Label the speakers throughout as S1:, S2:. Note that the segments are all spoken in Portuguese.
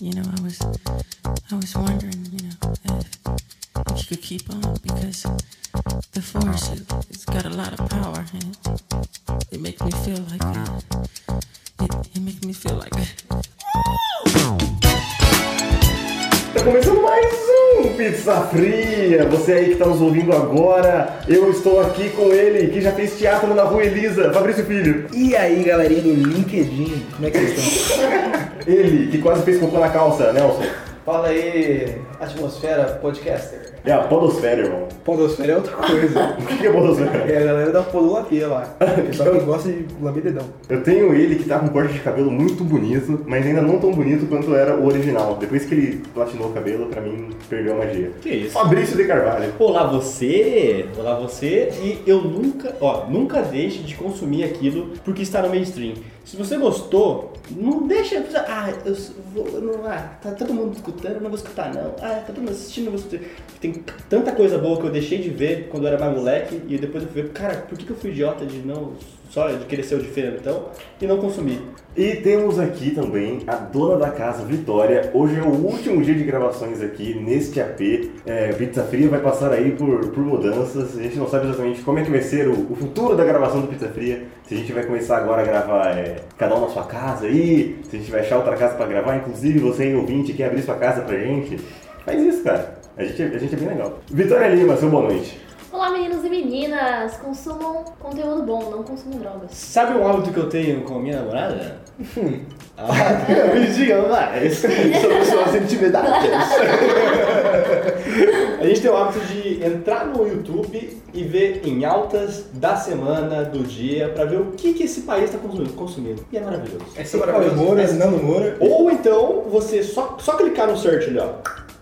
S1: You know, I was I was wondering, you know, if, if you could keep on because the force it, has got a lot of power and it, it makes me feel like it, it makes me feel like
S2: Tá começando mais um Pizza Fria. Você aí que tá nos ouvindo agora, eu estou aqui com ele, que já fez teatro na Rua Elisa, Fabrício Filho.
S3: E aí, galerinha do LinkedIn, como é que vocês estão?
S2: Ele, que quase fez cocô na calça, Nelson.
S4: Fala aí, Atmosfera Podcaster.
S2: É a podosfera, irmão.
S3: Podosfera é outra coisa.
S2: O que é podosfera?
S3: É a galera da polulapia lá. Pessoal que gosta de lamber dedão.
S2: Eu tenho ele que tá com um corte de cabelo muito bonito, mas ainda não tão bonito quanto era o original. Depois que ele platinou o cabelo, pra mim, perdeu a magia.
S5: Que isso?
S2: Fabrício de Carvalho.
S5: Olá você, olá você, e eu nunca, ó, nunca deixe de consumir aquilo porque está no mainstream. Se você gostou, não deixa, ah, eu s- vou, eu não, ah, tá todo mundo escutando, eu não vou escutar não, ah, tá todo mundo assistindo, eu não vou escutar. Tem tanta coisa boa que eu deixei de ver quando eu era mais moleque e depois eu fui ver, cara, por que, que eu fui idiota de não, só de querer ser o diferentão e não consumir?
S2: E temos aqui também a dona da casa, Vitória. Hoje é o último dia de gravações aqui neste AP. É, Pizza Fria vai passar aí por, por mudanças. A gente não sabe exatamente como é que vai ser o, o futuro da gravação do Pizza Fria. Se a gente vai começar agora a gravar é, cada um na sua casa aí, se a gente vai achar outra casa pra gravar, inclusive você aí ouvinte quer abrir sua casa pra gente. Faz isso, cara. A gente, é- a gente é bem legal. Vitória Lima, seu boa noite.
S6: Olá, meninos e meninas! Consumam conteúdo bom, não consumam drogas.
S5: Sabe um hábito que eu tenho com a minha namorada? Ah, me diga mais sobre suas intimidades. A gente tem o hábito de entrar no YouTube e ver em altas da semana, do dia, pra ver o que, que esse país tá consumindo, consumindo. E é maravilhoso.
S4: É sempre
S3: Fábio
S4: maravilhoso.
S3: Moura, Nando Moura.
S5: Ou então você só, só clicar no search ali, ó.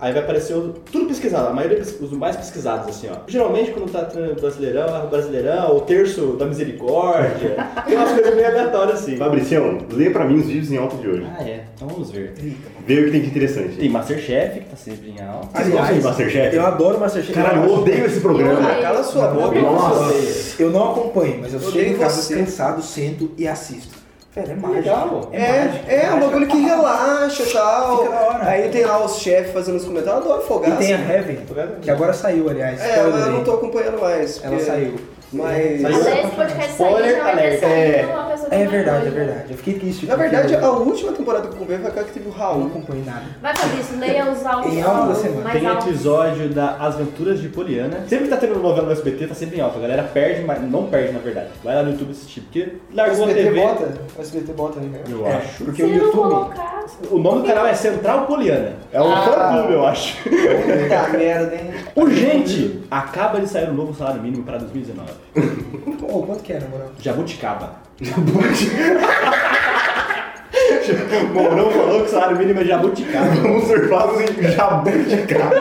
S5: Aí vai aparecer o- tudo pesquisado, a maioria pes- os mais pesquisados, assim, ó. Geralmente quando tá tendo brasileirão, é o brasileirão, o terço da misericórdia, tem umas coisas meio aleatórias assim.
S2: Fabricião, lê pra mim os vídeos em alta de hoje.
S5: Ah, é. Então vamos ver.
S2: Vê o que tem de interessante.
S5: Tem Masterchef, que tá sempre em alta.
S2: Vocês gostam de Masterchef?
S3: eu adoro Masterchef.
S2: Caralho, eu odeio esse programa.
S6: Eu odeio.
S4: Cala sua boca,
S2: Nossa.
S4: você.
S3: Eu não acompanho, mas eu
S4: Odeio
S3: chego em casa
S4: você.
S3: cansado, sento e assisto. Cara, é mágico.
S5: Legal.
S4: É, é, um bagulho que relaxa e tal.
S3: Fica da hora.
S4: Aí tem lá os chefes fazendo os comentários. Eu adoro
S3: E
S4: folgaço.
S3: tem a Heaven, que agora saiu, aliás.
S4: É, mas
S3: Spoiler
S4: eu
S3: aí.
S4: não tô acompanhando mais.
S3: Ela
S4: porque-
S3: saiu.
S4: Mas. assim,
S5: Saiu.
S6: Até esse podcast sair,
S5: Spoiler
S6: já vai ter
S5: alert.
S6: saído uma pessoa que
S3: É
S6: não
S3: verdade, é
S6: foi.
S3: verdade. Eu fiquei triste.
S4: Na verdade,
S3: porque
S4: a
S3: eu
S4: última temporada que eu comprei foi aquela que teve o
S3: não
S4: Raul.
S3: acompanho nada.
S6: Vai fazer isso, leia os altos.
S3: Em alta semana.
S6: mais
S5: Tem
S6: altos.
S5: episódio da As Aventuras de Poliana. Sempre que tá tendo novela no SBT, tá sempre em alta. A galera perde, mas não perde, na verdade. Vai lá no YouTube assistir, porque
S4: O
S5: largou a
S4: SBT
S5: TV.
S4: bota? É, O SBT bota, né, cara?
S5: Eu
S3: É,
S5: acho.
S3: porque
S6: Se
S3: o
S6: não
S3: YouTube.
S6: colocar,
S5: O nome do canal é Central Poliana. É um
S4: Ah.
S5: fã-clube, eu acho.
S3: é,
S4: Puta merda, hein?
S5: Urgente! Acaba de sair o novo salário mínimo pra 2019.
S3: Pô, quanto que é, na moral?
S5: Jabuticaba.
S2: Jabuticaba.
S5: Mourão falou que né? o salário mínimo é jabuticaba.
S2: Vamos surfados em jabuticaba.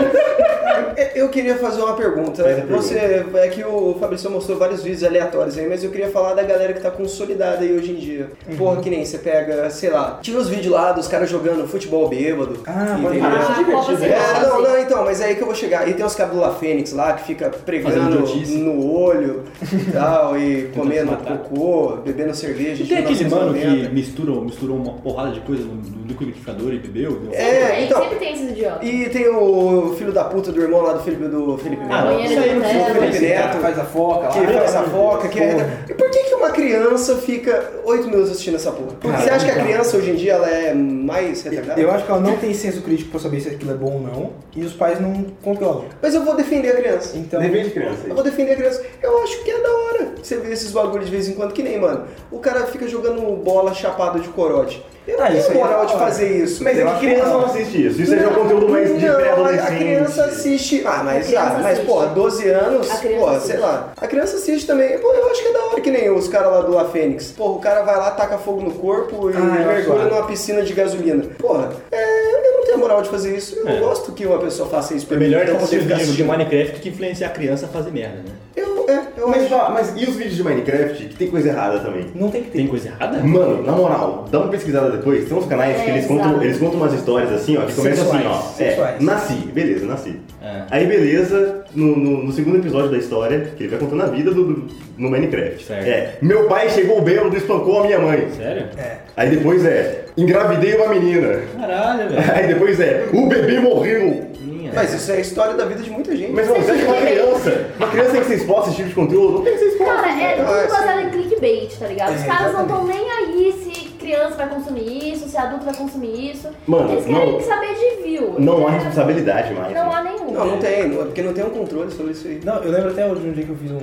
S4: É, Eu queria fazer uma pergunta.
S2: Faz a pergunta.
S4: Você é que o Fabrício mostrou vários vídeos aleatórios aí, mas eu queria falar da galera que tá consolidada aí hoje em dia.
S3: Uhum.
S4: Porra, que nem você pega, sei lá, tira os vídeos lá dos caras jogando futebol bêbado.
S3: Ah, pode
S4: entendeu?
S3: parar.
S6: ah,
S5: divertido,
S6: Copa
S5: né?
S6: sem
S4: É,
S6: graça.
S4: não, não, então, mas é aí que eu vou chegar. E tem os caras do La Fênix lá que fica
S5: Fazendo
S4: pregando
S5: idiotice.
S4: no olho e tal, e comendo
S5: matar.
S4: cocô, bebendo cerveja.
S5: E
S4: de
S5: tem aquele mano que
S4: 1990.
S5: misturou, misturou uma porrada de coisa no, no liquidificador e bebeu. deu-
S4: É,
S6: Tem,
S4: então-
S6: Sempre tem esses idiotas.
S4: E tem o filho da puta do irmão lá do Felipe, do Felipe
S5: Ah,
S4: Melo.
S5: não, isso aí não
S6: Banheiro
S4: É,
S5: precisa
S6: de
S4: Felipe
S5: conhecer, cara.
S4: Neto.
S3: é Faz a foca lá.
S4: Que
S5: pelo
S4: faz essa
S5: amor de
S4: foca,
S5: Deus,
S4: que é E por que, que uma criança fica 8 minutos assistindo essa porra? Você acha que
S5: então.
S4: a criança hoje em dia ela é mais retardada?
S3: Eu acho que ela não tem senso crítico pra saber se aquilo é bom ou não, e os pais não controlam.
S4: Mas eu vou defender a criança.
S3: Então,
S2: Dever de criança.
S4: Eu vou defender a criança. Eu acho que é da hora você ver esses bagulhos de vez em quando, que nem, mano. O cara fica jogando bola chapado de corote. Eu não
S3: Ah, isso
S4: tenho
S3: aí é
S4: moral
S3: da
S4: de
S3: hora.
S4: fazer isso.
S2: Mas é
S3: Eu
S2: que
S3: acho
S2: criança
S3: que
S2: não
S3: não.
S2: assiste isso. Isso aí já é um conteúdo mais de
S4: Não,
S2: pré-adolescente.
S4: a criança assiste. Ah, mas,
S6: A
S4: ah,
S6: criança
S4: mas
S6: assiste.
S4: porra, 12 anos,
S6: A criança
S4: porra,
S6: assiste.
S4: sei lá. A criança assiste também. Pô, eu acho que é da hora que nem os caras lá do La Fênix. Porra, o cara vai lá, taca fogo no corpo e
S3: Ah, eu acho
S4: mergulha
S3: da hora.
S4: numa piscina de gasolina. Porra, é, eu não tenho moral de fazer isso. Eu
S5: É.
S4: gosto que uma pessoa faça isso
S5: É
S4: pra mim.
S5: melhor não
S4: eu
S5: assistir
S4: ficar
S5: vídeo de
S4: assistindo.
S5: Minecraft do que influenciar a criança a fazer merda, né?
S4: Eu, é, eu
S2: Mas,
S4: acho.
S2: ó, mas e os vídeos de Minecraft que tem coisa errada também?
S3: não tem que ter.
S5: Tem coisa errada?
S2: Mano, na moral, dá uma pesquisada depois. Tem uns canais que
S6: É,
S2: eles contam,
S6: exato.
S2: eles contam umas histórias assim, ó, que começam assim, ó.
S3: Sexuais, sexuais.
S2: É, nasci, beleza, nasci.
S5: É.
S2: Aí beleza, no, no- no segundo episódio da história, que ele vai contando a vida do, do- no Minecraft.
S5: Certo.
S2: É. Meu pai chegou bêbado e espancou a minha mãe.
S5: Sério?
S3: É.
S2: Aí depois é, engravidei uma menina.
S5: Caralho, velho.
S2: Aí depois é, o bebê morreu.
S5: Minha.
S4: Mas isso é a história da vida de muita gente.
S2: Mas não, você que é uma criança. Uma criança tem que ser exposta a esse tipo de conteúdo. Não tem que ser exposta.
S6: Cara, é
S4: Ah,
S6: tudo
S4: sim.
S6: baseado em clickbait, tá ligado? Os
S3: É,
S6: caras não estão nem aí se criança vai consumir isso, se adulto vai consumir isso.
S2: Mano,
S6: Eles querem
S2: não-
S6: saber de view.
S2: Não há
S6: Eles querem-
S2: responsabilidade mais. né?
S6: Não há
S4: Não,
S6: nenhuma.
S4: não tem, não- é porque não tem um controle sobre isso aí.
S3: Não, eu lembro até hoje um dia que eu fiz um.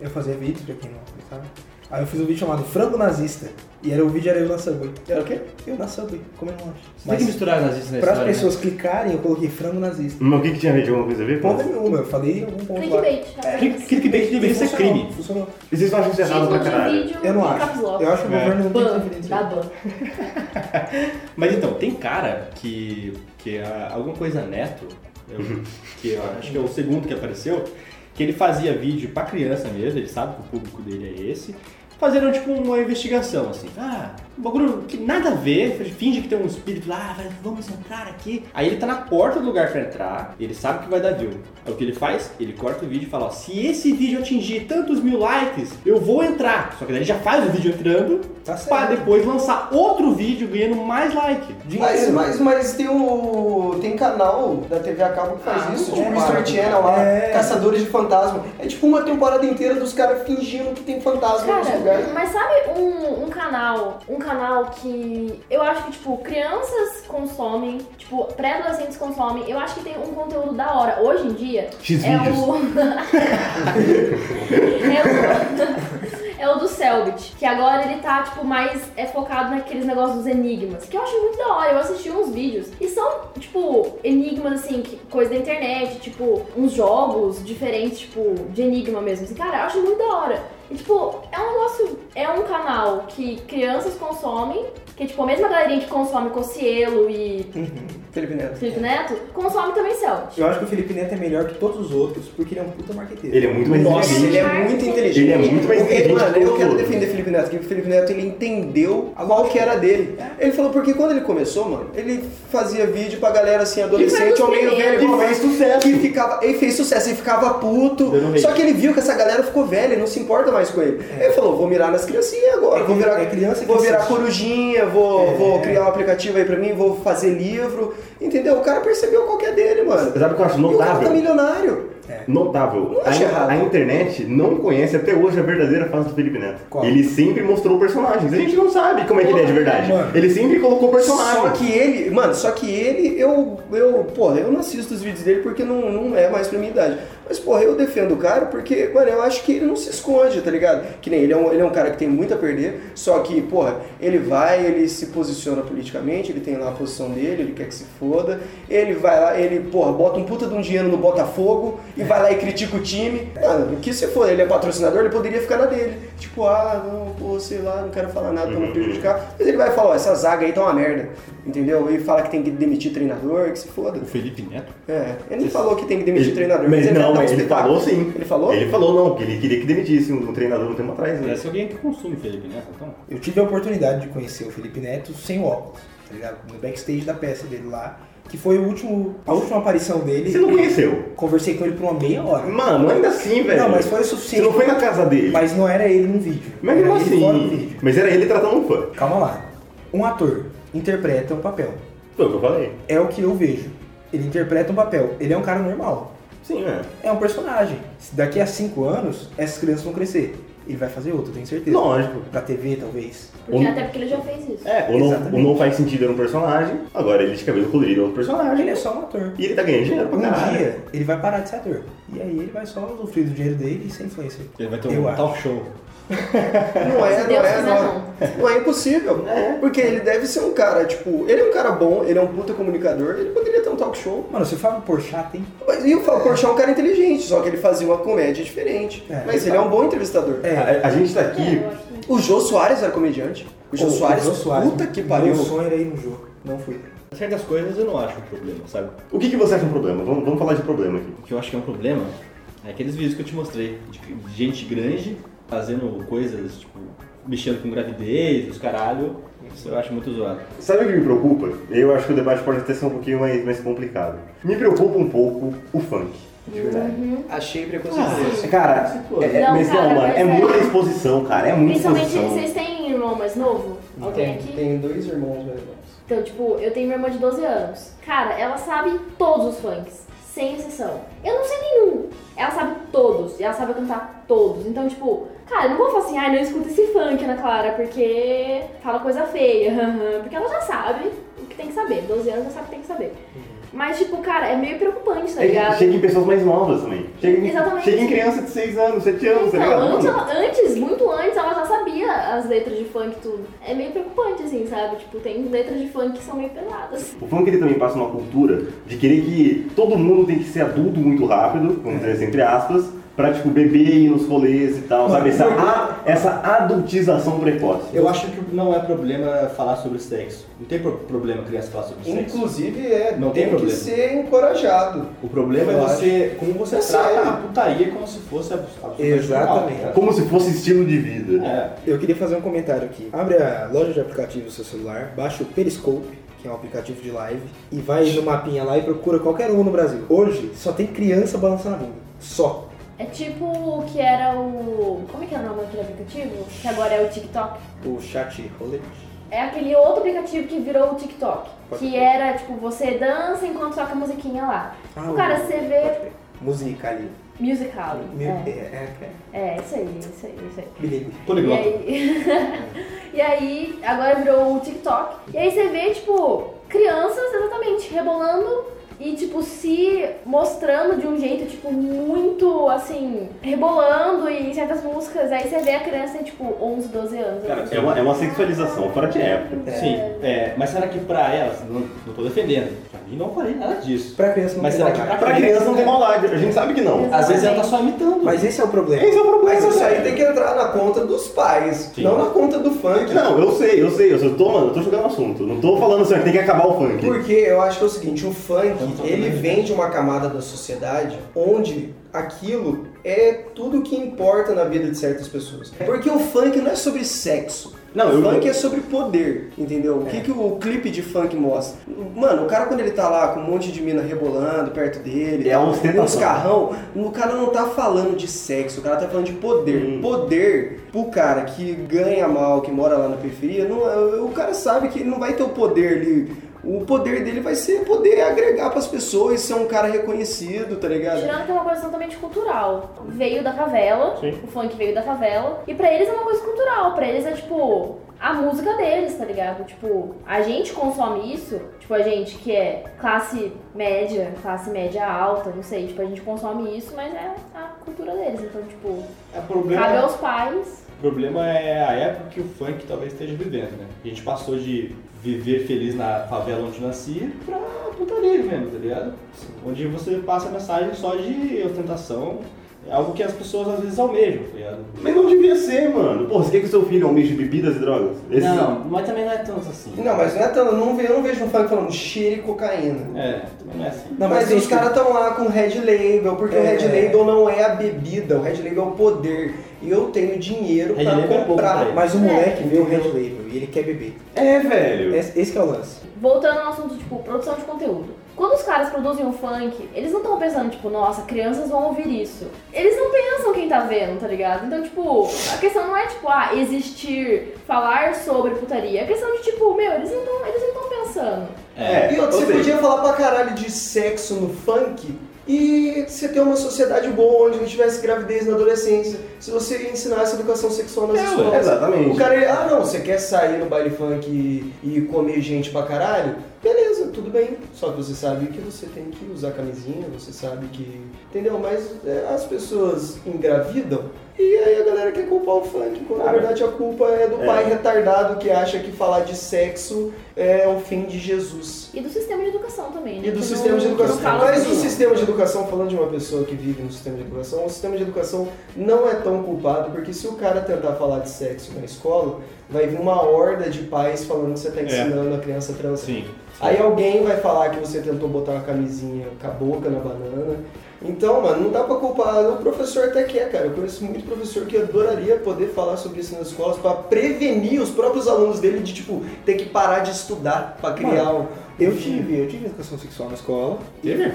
S3: Eu fazia vídeo, pra quem não sabe. Aí eu fiz um vídeo chamado Frango Nazista. E era o vídeo era eu na Subway.
S5: é
S4: Era o quê?
S3: Eu na Subway, comendo lanche.
S5: Você tem que
S3: Mas
S5: misturar nazistas
S3: para
S5: na
S3: as
S5: história, né?
S3: pessoas clicarem, eu coloquei frango nazista.
S2: Mas o que, que tinha a ver de alguma coisa a ver? com
S3: Ponto
S2: isso?
S3: nenhuma, eu falei em algum ponto lá.
S6: Clickbait. tá cara.
S5: Click- É. Clickbait deveria ser
S3: Funcionou,
S5: crime.
S3: Funcionou.
S2: E vocês não acham isso é errado
S6: Título
S2: pra
S6: de
S2: caralho?
S6: vídeo
S3: Eu não
S6: em
S3: acho.
S6: caps lock.
S3: Eu acho que o
S5: É.
S3: governo não tem que
S6: Ban,
S3: definir.
S6: dá ban.
S5: Mas então, tem cara que. que ah, alguma coisa neto, eu- que eu acho que é o segundo que apareceu, que ele fazia vídeo pra criança mesmo, ele sabe que o público dele é esse. Fazendo tipo uma investigação, assim, ah, um bagulho que nada a ver, finge que tem um espírito lá, vai, vamos entrar aqui. Aí ele tá na porta do lugar pra entrar, ele sabe que vai dar view. Aí o que ele faz? Ele corta o vídeo e fala, ó, se esse vídeo atingir tantos mil likes, eu vou entrar. Só que daí ele já faz o vídeo entrando,
S3: Tá certo.
S5: pra depois lançar outro vídeo ganhando mais like.
S4: Mas, mas, mas tem o. tem canal da TV a cabo que faz
S3: Ah,
S4: isso,
S3: não
S4: tipo o
S3: compara,
S4: History Channel lá,
S3: é.
S4: Caçadores de Fantasma. É tipo uma temporada inteira dos caras fingindo que tem fantasma nos
S6: Cara,
S4: lugares.
S6: mas sabe um, um canal, um canal que eu acho que, tipo, crianças consomem, tipo, pré-adolescentes consomem, eu acho que tem um conteúdo da hora. Hoje em dia, é
S2: X-Vídeos.
S6: o... é o... É o do Selbit, que agora ele tá, tipo, mais é focado naqueles negócios dos enigmas, que eu acho muito da hora, eu assisti uns vídeos, e são, tipo, enigmas, assim, que, coisa da internet, tipo, uns jogos diferentes, tipo, de enigma mesmo, assim, cara, eu acho muito da hora. E, tipo, é um negócio, é um canal que crianças consomem, que, tipo, a mesma galerinha que consome Cocielo e
S4: Felipe Neto.
S6: Felipe Neto, consome também Selbit.
S3: Eu acho que o Felipe Neto é melhor que todos os outros, porque ele é um puta marqueteiro.
S2: Ele é muito mais
S5: Nossa,
S2: inteligente.
S4: ele é muito inteligente.
S2: Ele é muito mais
S4: Porque,
S2: inteligente.
S4: mano,
S2: que
S4: eu
S2: todo
S4: quero
S2: mundo.
S4: defender Felipe Neto, porque o Felipe Neto ele entendeu qual que era dele. Ele falou, porque quando ele começou, mano, ele fazia vídeo pra galera assim,
S6: Ele
S4: adolescente
S6: foi
S4: ou
S6: dos
S4: meio velho.
S6: primeiros.
S4: igual eu. E ficava, ele fez sucesso, ele ficava puto.
S5: Dando hate.
S4: Só que ele viu que essa galera ficou velha, ele não se importa mais com ele. Ele falou, vou mirar nas criancinhas agora,
S3: É
S4: vou
S3: criança- é
S4: virar,
S3: criança que
S4: vou virar
S3: assiste.
S4: corujinha, vou,
S3: É.
S4: vou criar um aplicativo aí pra mim, vou fazer livro. Entendeu? O cara percebeu qual que é dele, mano.
S2: Sabe o que eu acho
S4: E o cara tá
S2: notável? É.
S4: milionário.
S2: Notável.
S4: acho
S2: A,
S4: errado.
S2: a internet não conhece até hoje a verdadeira face do Felipe Neto.
S3: Qual?
S2: Ele sempre mostrou personagens. A gente não sabe como é que ele é de verdade.
S3: Mano.
S2: Ele sempre colocou personagens.
S4: Só que ele, mano, só que ele, eu, eu, porra, eu não assisto os vídeos dele porque não, não é mais pra minha idade. Mas, porra, eu defendo o cara porque, mano, eu acho que ele não se esconde, tá ligado? Que nem ele é um, ele é um cara que tem muito a perder, só que, porra, ele vai, ele se posiciona politicamente, ele tem lá a posição dele, ele quer que se foda, ele vai lá, ele, porra, bota um puta de um dinheiro no Botafogo e vai lá e critica o time. Mano, que se for, ele é patrocinador, ele poderia ficar na dele. Tipo, ah, não, pô, sei lá, não quero falar nada pra
S2: Uhum.
S4: não prejudicar. Mas ele vai falar, ó, essa zaga aí tá uma merda, entendeu? E fala que tem que demitir treinador, que se foda.
S5: O Felipe Neto?
S4: É, ele não falou que tem que demitir treinador,
S2: mas
S4: ele vai
S2: não,
S4: dar um
S2: mas ele
S4: espetáculo.
S2: falou sim.
S4: Ele falou?
S2: Ele falou não, que ele queria que demitisse um treinador um tempo atrás. Né?
S5: Parece alguém que consome o Felipe Neto, então.
S3: Eu tive a oportunidade de conhecer o Felipe Neto sem o óculos, tá ligado? No backstage da peça dele lá, que foi o último, a última aparição dele.
S2: Você não conheceu?
S3: Conversei com ele por uma meia hora.
S2: Mano, ainda assim, velho.
S3: Não, mas foi o
S2: Você
S3: suficiente.
S2: não foi na casa dele.
S3: Mas não era ele no vídeo.
S2: Mas
S3: era
S2: mesmo
S3: ele fora do
S2: assim.
S3: vídeo.
S2: Mas era ele tratando um fã.
S3: Calma lá. Um ator interpreta um papel.
S2: Foi o que eu falei.
S3: É o que eu vejo. Ele interpreta um papel. Ele é um cara normal.
S2: Sim, né?
S3: É um personagem. Se Daqui a cinco anos, essas crianças vão crescer. Ele vai fazer outro, eu tenho certeza.
S2: Lógico.
S3: Pra TV, talvez.
S6: Porque,
S2: Um-
S6: até porque ele já fez isso.
S2: É, o não,
S3: Exatamente.
S2: o não faz sentido era um personagem, agora ele de cabelo colorido é outro personagem.
S3: Ele é só um ator.
S2: E ele tá ganhando dinheiro pra
S3: Um
S2: caralho.
S3: dia ele vai parar de ser ator. E aí ele vai só usufruir do dinheiro dele e ser influencer.
S5: Ele vai ter
S3: Eu
S5: um
S3: acho.
S5: talk show.
S4: Não é,
S6: Se
S4: não
S6: Deus
S4: é,
S6: quiser,
S4: não. Não é impossível. Porque ele deve ser um cara, tipo, ele é um cara bom, ele é um puta comunicador, ele poderia ter um talk show.
S3: Mano, se o Fábio Porchat, hein?
S4: Mas e o Fábio Porchat é um cara inteligente, só que ele fazia uma comédia diferente.
S3: É,
S4: mas
S3: ele
S4: ele é um bom entrevistador.
S3: É.
S2: A, a gente tá aqui.
S6: É, eu acho que-
S4: O Jô Soares era comediante. O Jô
S3: Ô, o
S4: Soares,
S3: Jô Soares,
S4: puta que pariu.
S3: Meu sonho era ir no jogo. Não fui.
S5: Certas coisas eu não acho um problema, sabe?
S2: O que, que você acha um problema? Vamos, vamos falar de problema aqui.
S5: O que eu acho que é um problema é aqueles vídeos que eu te mostrei, de de gente grande fazendo coisas, tipo, mexendo com gravidez, os caralho. Isso eu acho muito zoado.
S2: Sabe o que me preocupa? Eu acho que o debate pode até ser um pouquinho mais, mais complicado. Me preocupa um pouco o funk. De verdade.
S4: Achei preconceituoso.
S2: Cara, é, é-
S6: Não,
S2: mas não,
S6: cara,
S2: mano,
S6: mas
S2: é
S6: é.
S2: muita exposição, cara. É muita
S6: Principalmente,
S2: exposição.
S6: vocês têm irmão mais novo? Alguém aqui?
S4: Tem dois irmãos mais novos.
S6: Então, tipo, eu tenho minha irmã de 12 anos. Cara, ela sabe todos os funks, sem exceção. Eu não sei nenhum. Ela sabe todos, e ela sabe cantar todos. Então, tipo, cara, eu não vou falar assim, ai, não escuta esse funk, Ana Clara, porque fala coisa feia, porque ela já sabe o que tem que saber. 12 anos já sabe o que tem que saber.
S4: Uhum.
S6: Mas, tipo, cara, é meio preocupante, tá
S2: É que
S6: ligado?
S2: chega em pessoas mais novas também. Chega em,
S6: Exatamente.
S2: chega em criança de 6 anos, 7 anos, tá
S6: Então,
S2: ligado?
S6: antes,
S2: Mano,
S6: ela- antes, muito antes, ela já sabia as letras de funk e tudo. É meio preocupante, assim, sabe? Tipo, tem letras de funk que são meio pesadas.
S2: O funk ele também passa uma cultura de querer que todo mundo tem que ser adulto muito rápido, vamos dizer assim, entre aspas, pra tipo beber e ir nos rolês e tal, sabe? Essa, a- essa adultização precoce.
S5: Eu acho que não é problema falar sobre sexo. Não tem pro- problema criança falar sobre sexo.
S4: Inclusive, é,
S5: Não tem
S4: tem que
S5: problema.
S4: ser encorajado.
S5: O problema é
S4: Eu
S5: você, como você
S4: Você
S5: trata
S4: é.
S5: a putaria como se fosse abs- absolutamente
S3: Exatamente.
S5: normal, tá
S2: Como se fosse estilo de vida.
S5: cara. É.
S3: Eu queria fazer um comentário aqui. Abre a loja de aplicativos do seu celular, baixa o Periscope, que é um aplicativo de live, e vai no mapinha lá e procura qualquer um no Brasil. Hoje só tem criança balançando a bunda. Só.
S6: É tipo o que era o. Como é que é o nome daquele aplicativo? Que agora é o TikTok.
S3: O chat rolete.
S6: É aquele outro aplicativo que virou o TikTok.
S3: Pode
S6: que
S3: crer.
S6: era tipo, você dança enquanto toca a musiquinha lá.
S3: Ah,
S6: o cara,
S3: o-
S6: você
S3: Pode
S6: vê.
S3: ver. Música ali.
S6: Musical.
S3: Meu- É, é,
S6: É, é, isso aí, isso aí, isso aí.
S3: é. Bilhete.
S6: E
S5: Poliglota.
S6: aí... e aí, agora virou o TikTok. E aí você vê, tipo, crianças exatamente rebolando e, tipo, se mostrando de um jeito, tipo, muito, assim, rebolando e certas músicas. Aí você vê a criança, tipo, 11, 12 anos.
S2: Cara, é uma, é uma sexualização fora de época.
S5: Sim, é, mas será que pra elas, não, não tô defendendo, pra mim não falei nada disso.
S3: Pra criança não
S5: Mas
S3: tem
S5: será que
S3: maldade.
S2: Pra criança não tem maldade, a gente sabe que não.
S5: Às vezes ela tá só imitando.
S3: Mas esse é o problema.
S2: Esse é o problema.
S4: Mas isso aí tem que entrar na conta dos pais,
S5: Sim.
S4: não na conta do funk.
S2: Não, eu sei, eu sei, eu só tô, mano, eu tô jogando o assunto. Não tô falando assim, ó, que tem que acabar o funk.
S4: Porque eu acho que é o seguinte, o funk,
S5: Vamos trocar
S4: ele
S5: ideia.
S4: vem de uma camada da sociedade onde aquilo é tudo que importa na vida de certas pessoas. Porque o funk não é sobre sexo.
S2: Não, eu- É.
S4: o funk é sobre poder, entendeu? O que, que o clipe de funk mostra? Mano, o cara quando ele tá lá com um monte de mina rebolando perto dele,
S2: É a ostentação.
S4: uns carrão, o cara não tá falando de sexo, o cara tá falando de poder.
S2: Hum.
S4: Poder pro cara que ganha mal, que mora lá na periferia, não é- o cara sabe que ele não vai ter o poder ali. O poder dele vai ser poder agregar pras pessoas, ser um cara reconhecido, tá ligado?
S6: Tirando que é uma coisa totalmente cultural. Veio da favela,
S5: Sim.
S6: o funk veio da favela. E pra eles é uma coisa cultural, pra eles é tipo a música deles, tá ligado? Tipo, a gente consome isso, tipo, a gente que é classe média, classe média alta, não sei, tipo, a gente consome isso, mas é a cultura deles. Então, tipo,
S5: É, o problema
S6: cabe
S5: é-
S6: aos pais.
S5: O problema é a época que o funk talvez esteja vivendo, né? A gente passou de viver feliz na favela onde nascia pra putaria mesmo, tá ligado? Onde você passa a mensagem só de ostentação, é algo que as pessoas às vezes almejam, tá ligado?
S2: Mas não devia ser, mano. Pô, você quer que o seu filho almeje bebidas e drogas? Esse-
S5: Não, mas também não é tanto assim.
S4: Não, mas não é tão, não ve- eu não vejo um funk falando cheiro e cocaína.
S5: É, também não é assim.
S3: Não,
S4: mas
S3: tem
S4: os
S3: que-
S4: caras estão lá com Red Label, porque o
S3: É.
S4: Red Label não é a bebida, o Red Label é o poder. E eu tenho dinheiro
S5: Red
S4: pra
S5: Label é pouco pra
S4: comprar.
S5: ele.
S3: Mas
S4: mas
S3: o moleque vê o Red Label e ele quer beber.
S2: É, velho.
S3: Esse, esse que é o lance.
S6: Voltando ao assunto, tipo, produção de conteúdo. Quando os caras produzem um funk, eles não estão pensando, tipo, nossa, crianças vão ouvir isso. Eles não pensam quem tá vendo, tá ligado? Então, tipo, a questão não é, tipo, ah, existir, falar sobre putaria. É questão de, tipo, meu, eles não estão eles não tão pensando.
S2: É.
S4: e outra,
S2: ou
S5: tipo
S4: você
S2: seja,
S4: podia falar pra caralho de sexo no funk e você ter uma sociedade boa onde não tivesse gravidez na adolescência. Se você ensinasse educação sexual nas
S5: É, ué,
S4: escolas.
S2: exatamente.
S4: O cara, ele, ah não, você quer sair no baile funk e, e comer gente pra caralho? Beleza, tudo bem. Só que você sabe que você tem que usar camisinha, você sabe que. Entendeu? Mas é, as pessoas engravidam e aí a galera quer culpar o funk, quando na
S2: Cara,
S4: verdade a culpa é do
S2: é.
S4: pai retardado que acha que falar de sexo é o fim de Jesus.
S6: E do sistema de educação também, né?
S4: E do
S6: Que
S4: sistema
S6: não-
S4: de educação.
S6: não fala assim.
S4: Mas o
S6: sobre-
S4: sistema de educação, falando de uma pessoa que vive no sistema de educação, o sistema de educação não é tão culpado, porque se o cara tentar falar de sexo na escola, vai vir uma horda de pais falando que você está ensinando a criança a transar.
S5: Sim.
S4: Aí alguém vai falar que você tentou botar uma camisinha com a boca na banana. Então, mano, não dá pra culpar. O professor até quer, cara. Eu conheço muito professor que adoraria poder falar sobre isso nas escolas pra prevenir os próprios alunos dele de, tipo, ter que parar de estudar pra criar um.
S3: Eu tive, eu tive educação sexual na escola.
S5: Teve?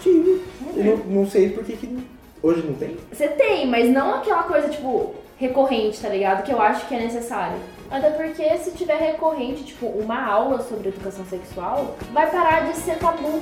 S3: Tive. Eu não, não sei por que que hoje não tem.
S6: Você tem, mas não aquela coisa, tipo, recorrente, tá ligado? Que eu acho que é necessário. Até porque se tiver recorrente, tipo, uma aula sobre educação sexual, vai parar de ser tabu.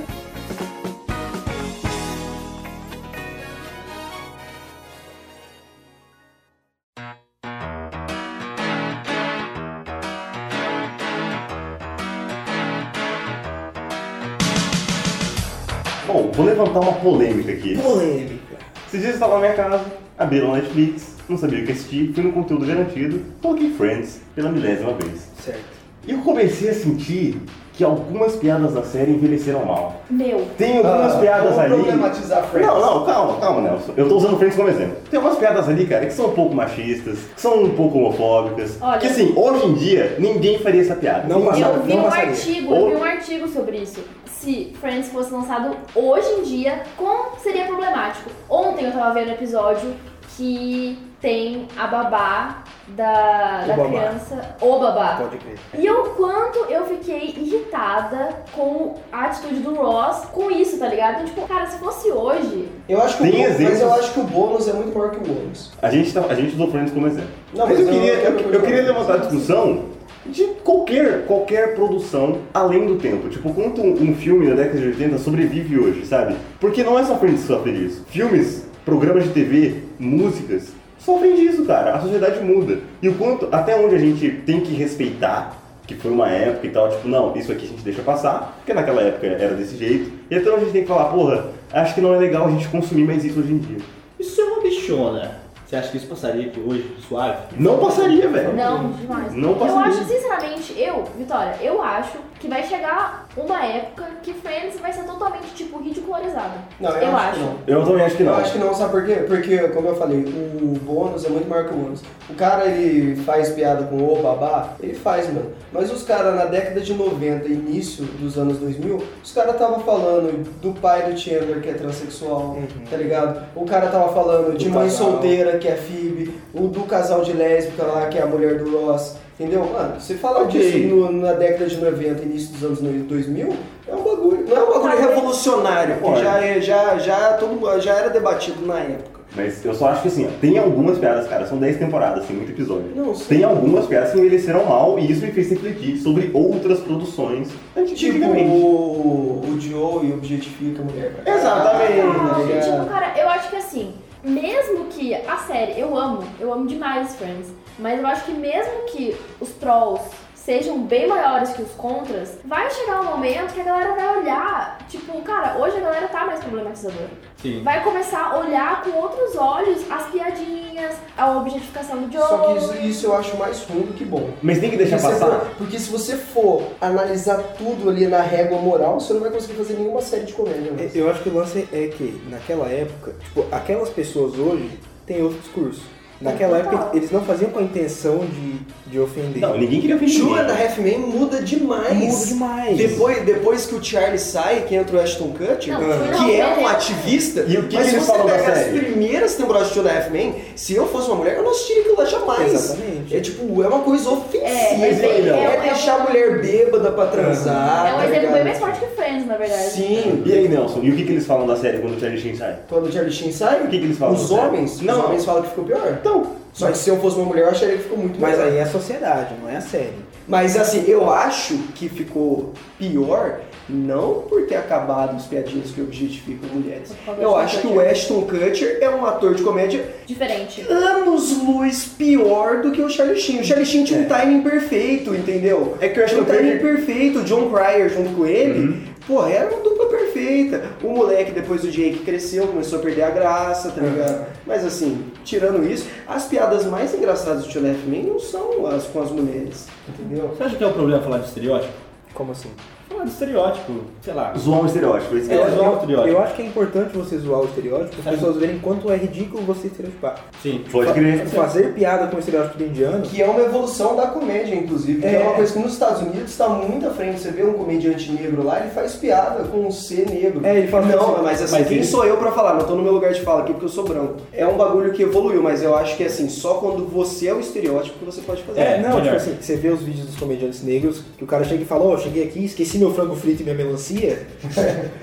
S2: Bom, vou levantar uma polêmica aqui.
S3: Polêmica.
S2: Esses dias eu estava na minha casa, abriram o Netflix, não sabia o que assistir, fui no conteúdo garantido, coloquei Friends pela milésima vez.
S3: Certo.
S2: E eu comecei a sentir que algumas piadas da série envelheceram mal.
S6: Meu,
S2: Tem algumas
S4: Ah,
S2: piadas
S4: vamos
S2: ali.
S4: problematizar Friends.
S2: Não, não, calma, calma, Nelson. Eu tô usando Friends como exemplo. Tem algumas piadas ali, cara, que são um pouco machistas, que são um pouco homofóbicas.
S6: Olha-
S2: Que assim, hoje em dia, ninguém faria essa piada.
S3: Não
S2: Ninguém.
S3: passava.
S6: Eu vi
S3: não
S6: um
S3: passaria.
S6: artigo, eu vi um artigo sobre isso. Se Friends fosse lançado hoje em dia, como seria problemático? Ontem eu tava vendo um episódio que tem a babá da,
S3: O
S6: da
S3: babá. Então.
S6: criança, o babá.
S3: Pode crer.
S6: E o quanto eu fiquei irritada com a atitude do Ross com isso, tá ligado? Então, tipo, cara, se fosse hoje,
S4: Eu acho que o
S2: Tem
S4: bônus, mas
S2: exemplos.
S4: eu acho que o bônus é muito maior que o bônus.
S2: A gente, tá, a gente usou Friends como exemplo.
S4: Não,
S2: mas
S4: mas
S2: eu,
S4: eu-
S2: queria, eu,
S4: eu-
S2: eu queria levantar a discussão de qualquer, qualquer produção além do tempo. Tipo, quanto um, um filme da década de 80 sobrevive hoje, sabe? Porque não é só Friends que sofre disso. Filmes, programas de TV, músicas, sofrem disso, cara. A sociedade muda. E o quanto, até onde a gente tem que respeitar que foi uma época e tal, tipo, não, isso aqui a gente deixa passar, porque naquela época era desse jeito. E até onde a gente tem que falar, porra, acho que não é legal a gente consumir mais isso hoje em dia.
S5: Isso é uma bichona. Você acha que isso passaria aqui hoje, suave?
S2: Não passaria, velho.
S6: Não, demais.
S2: Não passa
S6: eu acho,
S2: mesmo.
S6: sinceramente, eu, Vitória, eu acho que vai chegar uma época que Friends vai ser totalmente, tipo, ridicularizada.
S4: Não, eu,
S6: eu
S4: acho,
S6: acho.
S4: que não.
S2: Eu também acho que
S4: Eu
S2: não.
S4: acho que não, sabe por quê? Porque, como eu falei, o bônus é muito maior que o bônus. O cara, ele faz piada com o babá, ele faz, mano. Mas os caras, na década de 90, início dos anos 2000, os caras tava falando do pai do Chandler, que é transexual, tá ligado? O cara tava falando de
S3: Uhum. Do
S4: mãe
S3: casal.
S4: solteira, que é Phoebe, o do casal de lésbica lá, que é a mulher do Ross, entendeu? Mano, você falar
S2: Ok.
S4: disso no- na década de 90, início dos anos 2000, é um bagulho, não é um bagulho
S6: Talvez-
S4: revolucionário, que
S2: Olha.
S4: já é, já, já, todo, já era debatido na época.
S2: Mas eu só acho que assim, ó, tem algumas piadas, cara, são 10 temporadas, tem muito episódio.
S4: Não, sim.
S2: Tem algumas piadas que envelheceram mal e isso me fez refletir sobre outras produções
S4: Tipo,
S2: antigamente.
S4: o, o Joey objetifica a mulher. pra caralho,
S2: Exatamente.
S4: tá
S6: Não,
S4: ligado?
S6: tipo, cara, eu acho que assim, mesmo que a série, eu amo, eu amo demais Friends, mas eu acho que mesmo que os prós sejam bem maiores que os contras, vai chegar um momento que a galera vai olhar, tipo, cara, hoje a galera tá mais problematizadora.
S5: Sim.
S6: Vai começar a olhar com outros olhos as piadinhas, a objetificação do Joe.
S4: Só que isso, isso eu acho mais ruim do que bom.
S2: Mas tem que deixar
S4: Porque se
S2: passar.
S4: for- porque se você for analisar tudo ali na régua moral, você não vai conseguir fazer nenhuma série de comédia. né?
S3: É, Eu acho que o lance é que, naquela época, tipo, aquelas pessoas hoje têm outro discurso. Naquela
S6: Total.
S3: época, eles não faziam com a intenção de, de ofender.
S2: Não, ninguém queria fingir.
S4: Jura da Half-Man muda demais.
S3: Muda demais.
S4: Depois, depois que o Charlie sai, que entra o Ashton Kutcher,
S6: Não, foi
S4: que
S6: na né?
S4: é um
S6: mulher.
S4: ativista,
S2: E o que
S4: mas
S2: que
S4: se
S2: eles
S4: você
S2: falam da
S4: pegar as
S2: série?
S4: primeiras temporadas de show da Half-Man, se eu fosse uma mulher, eu não assistiria aquilo lá jamais.
S3: Exatamente.
S4: É tipo, é uma coisa ofensiva.
S2: mas
S4: É,
S2: é- é-
S4: deixar a mulher bêbada pra transar.
S6: um- É um
S4: tá
S6: exemplo
S4: ligado?
S6: bem mais forte né? que Friends, na verdade.
S4: Sim.
S2: E aí, Nelson, e o que, que eles falam da série quando o Charlie Sheen sai?
S4: Quando o Charlie Sheen sai,
S2: O que que eles falam,
S4: Os
S2: sério?
S4: homens,
S2: Não.
S4: os homens falam que ficou pior.
S2: Então,
S4: Só que se eu fosse uma mulher, eu acharia que ficou muito
S3: Mas
S4: melhor.
S3: aí é a sociedade, não é a série.
S4: Mas assim, eu acho que ficou pior não por ter acabado os piadinhas que objetificam mulheres. Eu acho que o Ashton Kutcher é um ator de comédia
S6: Diferente.
S4: anos luz pior do que o Charlie Sheen. O Charlie Sheen tinha um timing perfeito, entendeu?
S2: É que o Ashton
S4: Tinha um timing
S2: Kutcher- Uhum.
S4: perfeito, o John Cryer junto com ele. Pô, era uma dupla perfeita. O moleque, depois do Jake, cresceu, começou a perder a graça, tá
S2: Uhum.
S4: ligado? Mas assim, tirando isso, as piadas mais engraçadas do Tio Man não são as com as mulheres, entendeu?
S5: Você acha que é um problema falar de estereótipo?
S3: Como assim?
S5: Falar de estereótipo, sei lá.
S2: zoar um estereótipo. Esse
S5: É,
S2: cara-
S5: zoar o estereótipo.
S3: Eu acho que é importante você zoar o estereótipo, as pessoas verem quanto é ridículo você estereotipar. Tipo,
S5: Sim.
S2: Pode crer.
S3: Fazer piada com o estereótipo do indiano
S4: Que é uma evolução da comédia, inclusive. que É,
S3: É.
S4: uma coisa que nos Estados Unidos está muito à frente. Você vê um comediante negro lá, ele faz piada com um ser negro.
S3: É, ele fala
S4: Não,
S3: assim,
S4: mas assim,
S5: mas
S4: quem
S5: ele-
S4: sou eu pra falar? Não tô no meu lugar de fala aqui porque eu sou branco. É um bagulho que evoluiu, mas eu acho que assim, só quando você é o estereótipo que você pode fazer. Né?
S5: É.
S3: não,
S5: melhor.
S3: tipo assim, você vê os vídeos dos comediantes negros que o cara chega e fala, ó, cheguei aqui, esqueci meu meu frango frito e minha melancia,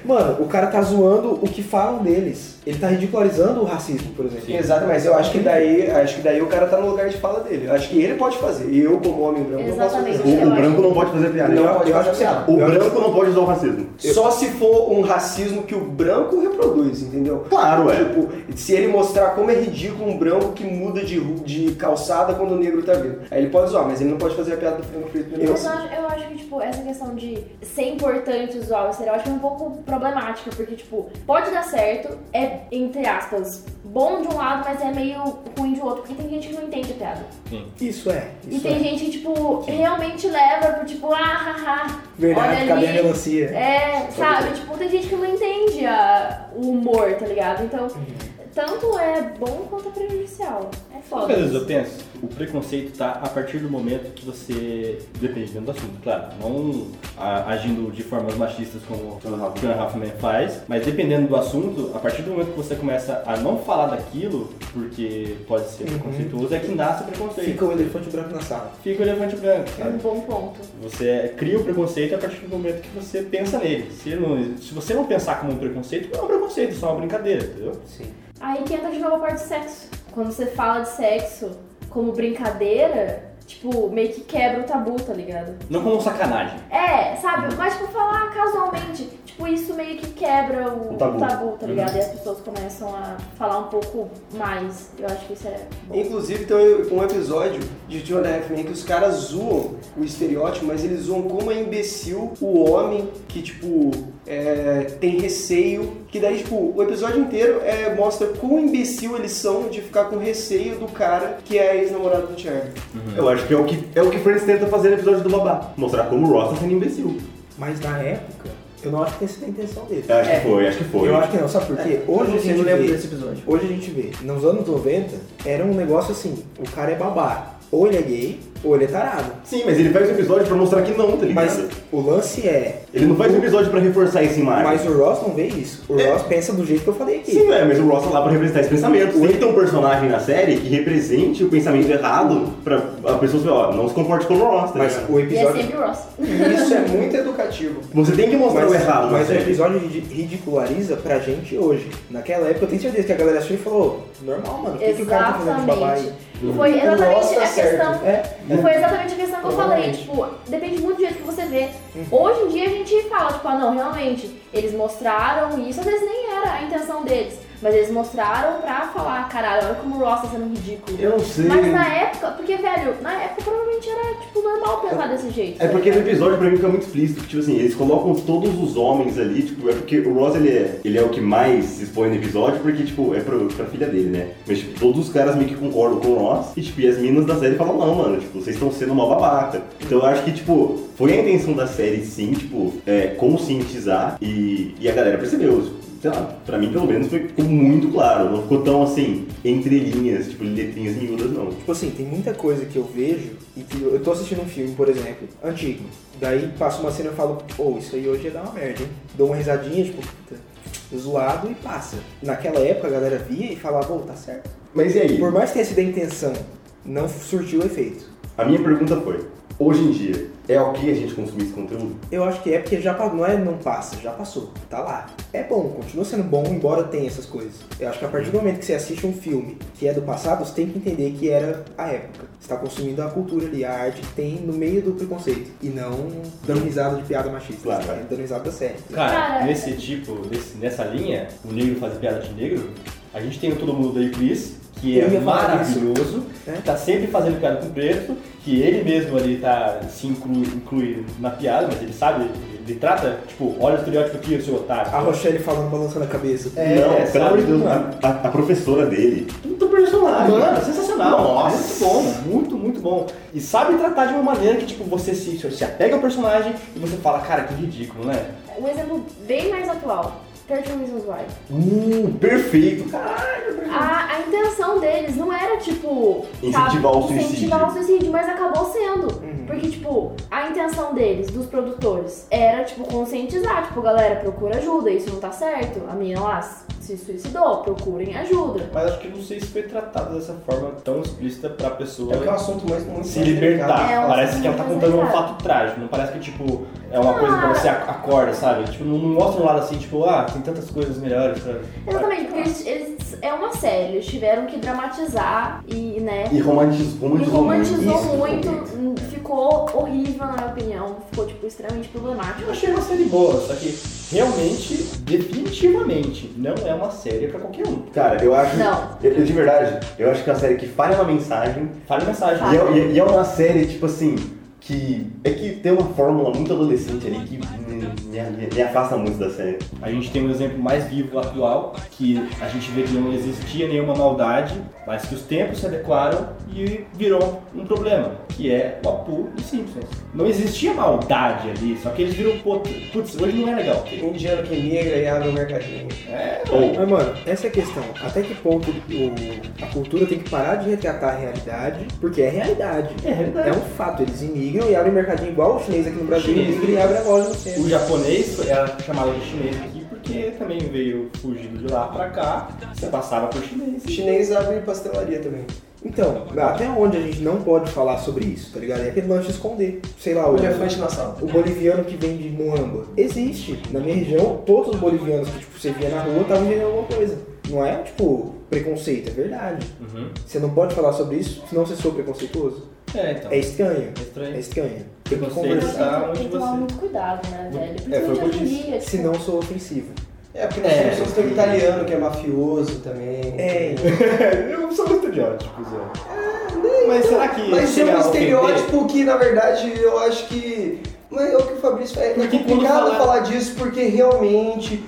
S3: mano, o cara tá zoando o que falam deles. Ele tá ridicularizando o racismo, por exemplo.
S4: Exato, mas eu acho que daí, acho que daí o cara tá no lugar de fala dele. Eu acho que ele pode fazer. Eu, como homem branco,
S6: Exatamente.
S4: não posso fazer.
S2: O, o branco não pode fazer piada.
S4: Não
S2: Eu- assim,
S4: pode
S3: eu acho
S4: fazer
S3: que
S4: piada.
S2: O branco não pode usar o racismo.
S4: Só se for um racismo que o branco reproduz, entendeu?
S2: Claro, é.
S4: Tipo, se ele mostrar como é ridículo um branco que muda de, ru- de calçada quando o negro tá vindo. Aí ele pode zoar, mas ele não pode fazer a piada do frango frito no
S6: Mas eu acho, eu acho que, tipo, essa questão de ser importante usar o estereótipo é um pouco problemática, porque, tipo, pode dar certo, é, entre aspas, bom de um lado, mas é meio ruim de outro, porque tem gente que não entende a piada.
S3: Isso é.
S6: E
S3: Isso
S6: tem
S3: é.
S6: gente que, tipo, realmente leva pro, tipo, ah, haha,
S3: Verdade,
S6: olha
S3: cadê a
S6: ali.
S3: melancia?
S6: É, sabe? Tipo, tem gente que não entende a- o humor, tá ligado? Então, tanto é bom quanto é prejudicial. É foda.
S5: Às vezes eu penso, o preconceito tá a partir do momento que você, dependendo do assunto, claro, não a- agindo de formas machistas como o
S2: Tona Rafa.
S5: Tona Huffman faz, mas dependendo do assunto, a partir do momento que você começa a não falar daquilo, porque pode ser preconceituoso, é que nasce o preconceito.
S3: Fica o elefante branco na sala.
S5: Fica o elefante branco,
S6: É um
S5: sabe?
S6: bom ponto.
S5: Você é, cria o preconceito a partir do momento que você pensa nele. Se, não- se você não pensar como um preconceito, não é um preconceito, é só uma brincadeira, entendeu?
S3: Sim.
S6: Aí que entra de novo a parte de sexo. Quando você fala de sexo como brincadeira, tipo, meio que quebra o tabu, tá ligado?
S5: Não como sacanagem.
S6: É, sabe?
S3: Uhum.
S6: Mas tipo, falar casualmente, tipo, isso meio que quebra o,
S2: O tabu.
S6: tá ligado?
S3: Uhum.
S6: E as pessoas começam a falar um pouco mais. Eu acho que isso é bom.
S4: Inclusive tem um episódio de John Huffman que os caras zoam o estereótipo, mas eles zoam como é imbecil o homem que, tipo, é, tem receio. Que daí, tipo, o episódio inteiro é, mostra quão imbecil eles são de ficar com receio do cara que é ex-namorado do Charlie.
S2: Eu acho que é o que, é o que Friends tenta fazer no episódio do Babá. Mostrar como o Ross tá sendo imbecil.
S3: Mas na época, eu não acho que tenha sido a intenção dele.
S2: Eu
S4: É.
S2: acho que foi, acho que foi.
S3: Eu acho que não, sabe por quê? Hoje a
S4: eu
S3: gente
S4: não lembro
S3: vê-
S4: desse episódio.
S3: Hoje a gente vê, nos anos 90, era um negócio assim, o cara é babá. Ou ele é gay, ou ele é tarado.
S2: Sim, mas ele faz um episódio pra mostrar que não, tá
S3: Mas
S2: ligado?
S3: o lance é,
S2: Ele não faz um episódio pra reforçar essa imagem.
S3: mas o Ross não vê isso. O Ross pensa do jeito que eu falei aqui.
S2: Sim, é, mas o Ross tá lá pra representar esse pensamento. Tem que ter um personagem na série que represente o pensamento errado pra a pessoa ver, ó, não se comporte como o Ross, tá
S3: Mas
S2: ligado?
S3: o
S6: E é
S3: episódio.
S6: sempre o Ross.
S4: E isso é muito educativo.
S2: Você tem que mostrar
S3: Mas,
S2: o errado
S3: mas é o
S2: na série.
S3: episódio ridi- ridiculariza pra gente hoje. Naquela época eu tenho certeza que a galera achou e falou, normal, mano, o que, que o cara tá fazendo de babá aí?
S6: Exatamente. Foi
S4: O Ross
S6: exatamente
S4: tá
S6: a
S4: certo.
S6: questão
S3: É,
S6: E Foi exatamente a questão que eu falei,
S4: Exatamente.
S6: tipo, depende muito do jeito que você vê. Hoje em dia a gente fala, tipo, ah não, realmente, eles mostraram isso, às vezes nem era a intenção deles, mas eles mostraram pra falar, caralho, olha como o Ross tá sendo ridículo.
S2: Eu não sei.
S6: Mas na época, porque, velho, na época provavelmente era, tipo, normal pensar desse jeito.
S2: É
S6: tá
S2: porque no
S6: ligado?
S2: episódio pra mim fica muito explícito, que, tipo assim, eles colocam todos os homens ali, tipo, é porque o Ross ele é, ele é o que mais se expõe no episódio, porque, tipo, é pro, pra filha dele, né? Mas, tipo, todos os caras meio que concordam com o Ross, e, tipo, e as minas da série falam, não, mano, tipo, vocês estão sendo uma babaca. Então eu acho que, tipo, foi a intenção da série, sim, tipo, é, conscientizar, e, e a galera percebeu, tipo, sei lá, pra mim pelo menos foi, ficou muito claro, não ficou tão, assim, entre linhas, tipo, letrinhas miúdas, não.
S3: Tipo assim, tem muita coisa que eu vejo e que eu eu tô assistindo um filme, por exemplo, antigo. Daí passa uma cena e eu falo, pô, isso aí hoje ia dar uma merda, hein? Dou uma risadinha, tipo, puta, zoado e passa. Naquela época a galera via e falava, pô, tá certo.
S2: Mas e aí?
S3: Por mais que tenha sido a intenção, não surtiu efeito.
S2: A minha pergunta foi: hoje em dia é ok a gente consumir esse conteúdo?
S3: Eu acho que é porque já pa- não é não passa, já passou, tá lá. É bom, continua sendo bom, embora tenha essas coisas. Eu acho que a partir do momento que você assiste um filme que é do passado, você tem que entender que era a época. Você tá consumindo a cultura ali, a arte que tem no meio do preconceito. E não dando risada de piada machista,
S2: Claro.
S3: você tá dando risada da série.
S5: Cara,
S6: Cara,
S5: nesse tipo, nesse- nessa linha, o negro faz piada de negro, a gente tem o Todo Mundo Odeia o Chris, que
S3: Eu
S5: é
S3: ia falar disso.
S5: maravilhoso,
S3: É.
S5: que tá sempre fazendo piada com o preto, que ele mesmo ali tá, se inclui, inclui na piada, mas ele sabe, ele trata, tipo, olha o estereótipo aqui, o seu otário.
S3: A Rochelle falando, balançando a cabeça.
S4: É,
S2: não,
S6: É,
S2: pelo amor de Deus,
S5: mano.
S2: a, a professora dele.
S5: Puta personagem. Mano, sensacional.
S2: Nossa.
S5: Muito bom, muito, muito bom. E sabe tratar de uma maneira que, tipo, você se, se apega ao personagem e você fala, cara, que ridículo, né?
S6: Um exemplo bem mais atual, 13 Reasons Why.
S2: Uh, perfeito, cara.
S6: A, a intenção deles não era, tipo,
S2: Incentivar o suicídio.
S6: incentivar o suicídio, mas acabou sendo. Porque, tipo, a intenção deles, dos produtores, era, tipo, conscientizar, tipo, galera, procura ajuda, isso não tá certo. A menina lá se suicidou, procurem ajuda.
S5: Mas acho que não sei se foi tratado dessa forma tão explícita pra pessoa
S4: É porque é um assunto mais muito
S5: se
S4: mais
S5: libertar.
S6: É um
S5: parece que ela tá
S6: assunto mais
S5: contando um
S6: delicado.
S5: fato trágico, não parece que tipo, É uma coisa pra
S6: Ah.
S5: você ac- acorda, sabe? Tipo, não não mostra um lado assim, tipo, ah, tem tantas coisas melhores pra...
S6: Exatamente, porque eles, eles- é uma série, eles tiveram que dramatizar e, né?
S2: E romantiz-
S6: E
S2: romantizou,
S6: romantizou
S2: isso,
S6: muito, ficou horrível na minha opinião, ficou tipo extremamente problemático.
S5: Eu achei uma série boa, só que realmente, definitivamente, não é uma série pra qualquer um.
S2: Cara, eu acho.
S6: Não.
S2: Eu, eu de verdade, eu acho que é uma série que falha na mensagem.
S5: Fale mensagem.
S2: E é, e- e é uma série, tipo assim, que. É que tem uma fórmula muito adolescente ali que me, me- me- me afasta muito da série.
S5: A gente tem um exemplo mais vivo atual, que a gente vê que não existia nenhuma maldade, mas que os tempos se adequaram e virou um problema, que é o Apu e Simpsons. Não existia maldade ali, só que eles viram, pô, putz, hoje não é legal.
S4: Indiana que negra e abre o mercadinho.
S5: É,
S2: Ou,
S3: Mas, mano, essa é a questão. Até que ponto o- a cultura tem que parar de retratar a realidade, porque é realidade.
S5: é realidade.
S3: É um fato, eles imigram e abrem mercadinho igual o chinês aqui no Brasil,
S5: Chinês.
S3: imigra e abre agora no centro.
S5: é. O japonês era chamado de chinês aqui porque também veio fugindo de lá pra cá, você passava por chinês.
S4: O chinês abre pastelaria também.
S3: Então, até onde a gente não pode falar sobre isso, tá ligado? É aquele lanche esconder. Sei lá, o,
S4: O elefante na sala.
S3: o boliviano que vende muamba. Existe. Na minha região, todos os bolivianos que tipo, você via na rua estavam vendendo alguma coisa. Não é, tipo, preconceito, é verdade.
S5: Uhum.
S3: Você não pode falar sobre isso, senão você sou preconceituoso.
S5: É, então.
S3: É estranho.
S5: É estranho.
S3: É estranho. Tem que
S5: Preconceito.
S3: conversar.
S5: Tá
S6: Tem
S5: onde
S6: que tomar
S5: você-
S6: muito cuidado, né, velho?
S5: É, foi o que eu
S6: Principalmente hoje em dia,
S3: Se
S6: tipo,
S3: não, sou ofensivo.
S4: É, porque nós
S5: É.
S4: temos tem um italiano que é mafioso também.
S3: É,
S5: Eu sou muito estereótipo, Zé. Mas será que.
S4: Mas é
S5: chega
S4: um
S5: a ofender?
S4: estereótipo que, na verdade, eu acho que. Mas é o que o Fabrício fala. É
S5: Porque quando
S4: complicado
S5: fala-
S4: falar disso porque realmente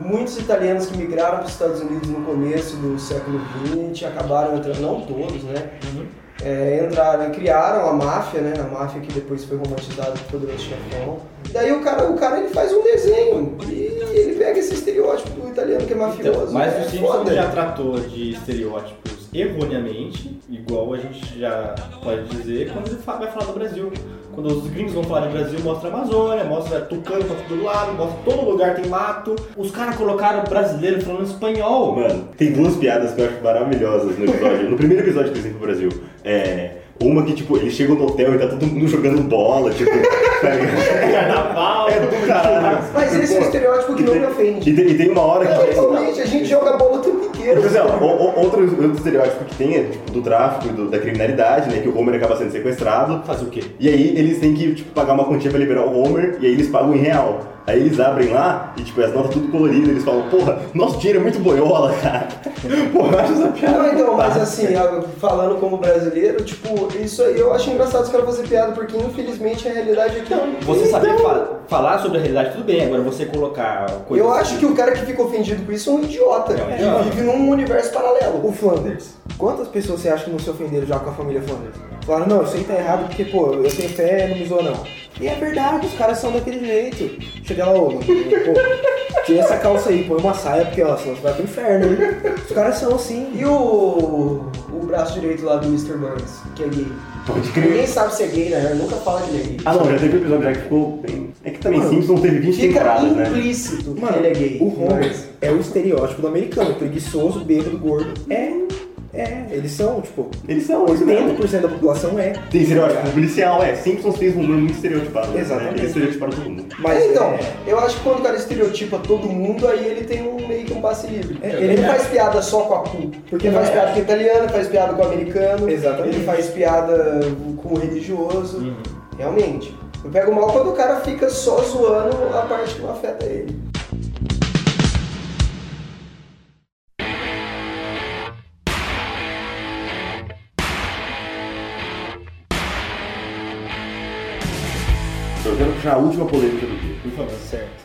S4: muitos italianos que migraram para os Estados Unidos no começo do século XX acabaram entrando, não todos, né?
S5: Uhum.
S4: É, entraram, criaram a máfia, né? A máfia que depois foi romantizada por Poderoso Chefão. Daí o cara, o cara ele faz um desenho e ele pega esse estereótipo do italiano que é mafioso.
S5: Então, mas
S4: é
S5: o Simpsons
S4: foda.
S5: já tratou de estereótipos erroneamente, igual a gente já pode dizer quando ele fa- vai falar do Brasil. Quando os gringos vão falar do Brasil, mostra a Amazônia, mostra tucano pra todo lado, mostra todo lugar tem mato. Os caras colocaram brasileiro falando espanhol.
S2: mano, tem duas piadas que eu acho maravilhosas no episódio. no primeiro episódio que eles vêm pro Brasil. É. Uma que, tipo, eles chegam no hotel e tá todo mundo jogando bola, tipo. tá ligado?
S5: Carnaval,
S2: É do caralho.
S4: Mas esse é um estereótipo que não me ofende.
S2: E tem, e tem uma hora que.
S4: Principalmente a gente joga bola o tempo inteiro.
S2: Por exemplo, o- o- outro, outro estereótipo que tem é tipo, do tráfico, e do- da criminalidade, né? Que o Homer acaba sendo sequestrado.
S5: Fazer o quê?
S2: E aí eles têm que tipo, pagar uma quantia pra liberar o Homer, e aí eles pagam em real. Aí eles abrem lá e tipo, as notas tudo coloridas, eles falam, porra, nosso dinheiro é muito boiola, cara. Porra, eu acho essa piada.
S4: Não, então, mas assim, eu- falando como brasileiro, tipo, isso aí eu acho engraçado os caras fazerem piada, porque infelizmente a realidade é que.
S5: Você saber fa- falar sobre a realidade, tudo bem. Agora você colocar coisas.
S4: Eu acho que o cara que fica ofendido com isso é um idiota.
S5: É um
S4: né?
S5: idiota.
S4: Ele vive num universo paralelo.
S3: O Flanders. Quantas pessoas você acha que não se ofenderam já com a família Flanders? Falaram, não, isso aí tá errado porque, pô, eu tenho fé, não me zoa não. E é verdade, os caras são daquele jeito. Chega lá, ô, mano, pô, tira essa calça aí, põe uma saia, porque, ó, senão você vai pro inferno, hein? Os caras são assim.
S4: E o. o braço direito lá do Mr. Burns, que é gay.
S2: Pode crer.
S4: Ninguém sabe se é gay, né? Nunca fala que ele é gay.
S2: Ah não, já teve um episódio já que ficou bem. É que também
S3: Mano,
S2: Simpsons teve 20
S4: Fica
S2: temporadas, né?
S4: implícito que
S3: Mano,
S4: ele é gay.
S3: o Homer
S4: Mas-
S3: é o estereótipo do americano, preguiçoso, bêbado, gordo. É, é, eles são, tipo,
S2: Eles são,
S5: é.
S2: isso mesmo.
S3: 80% da população é.
S2: Tem estereótipo policial, é. Simpsons fez um humor muito estereotipado. Né?
S3: Exatamente.
S2: Eles estereotiparam todo mundo.
S3: Mas,
S4: então,
S3: é,
S4: eu acho que quando o cara estereotipa todo mundo, aí ele tem um meio que um passe livre.
S3: É,
S4: ele não faz piada só com a cu.
S3: Porque
S4: Porque ele
S3: não
S4: faz
S3: é.
S4: piada com o italiano, faz piada com o americano.
S3: Exatamente.
S4: Ele faz piada com o religioso.
S5: Uhum.
S4: Realmente. Eu pego mal quando o cara fica só zoando a parte que não afeta ele.
S2: Então, Eu quero puxar a última polêmica do dia.
S5: Por favor.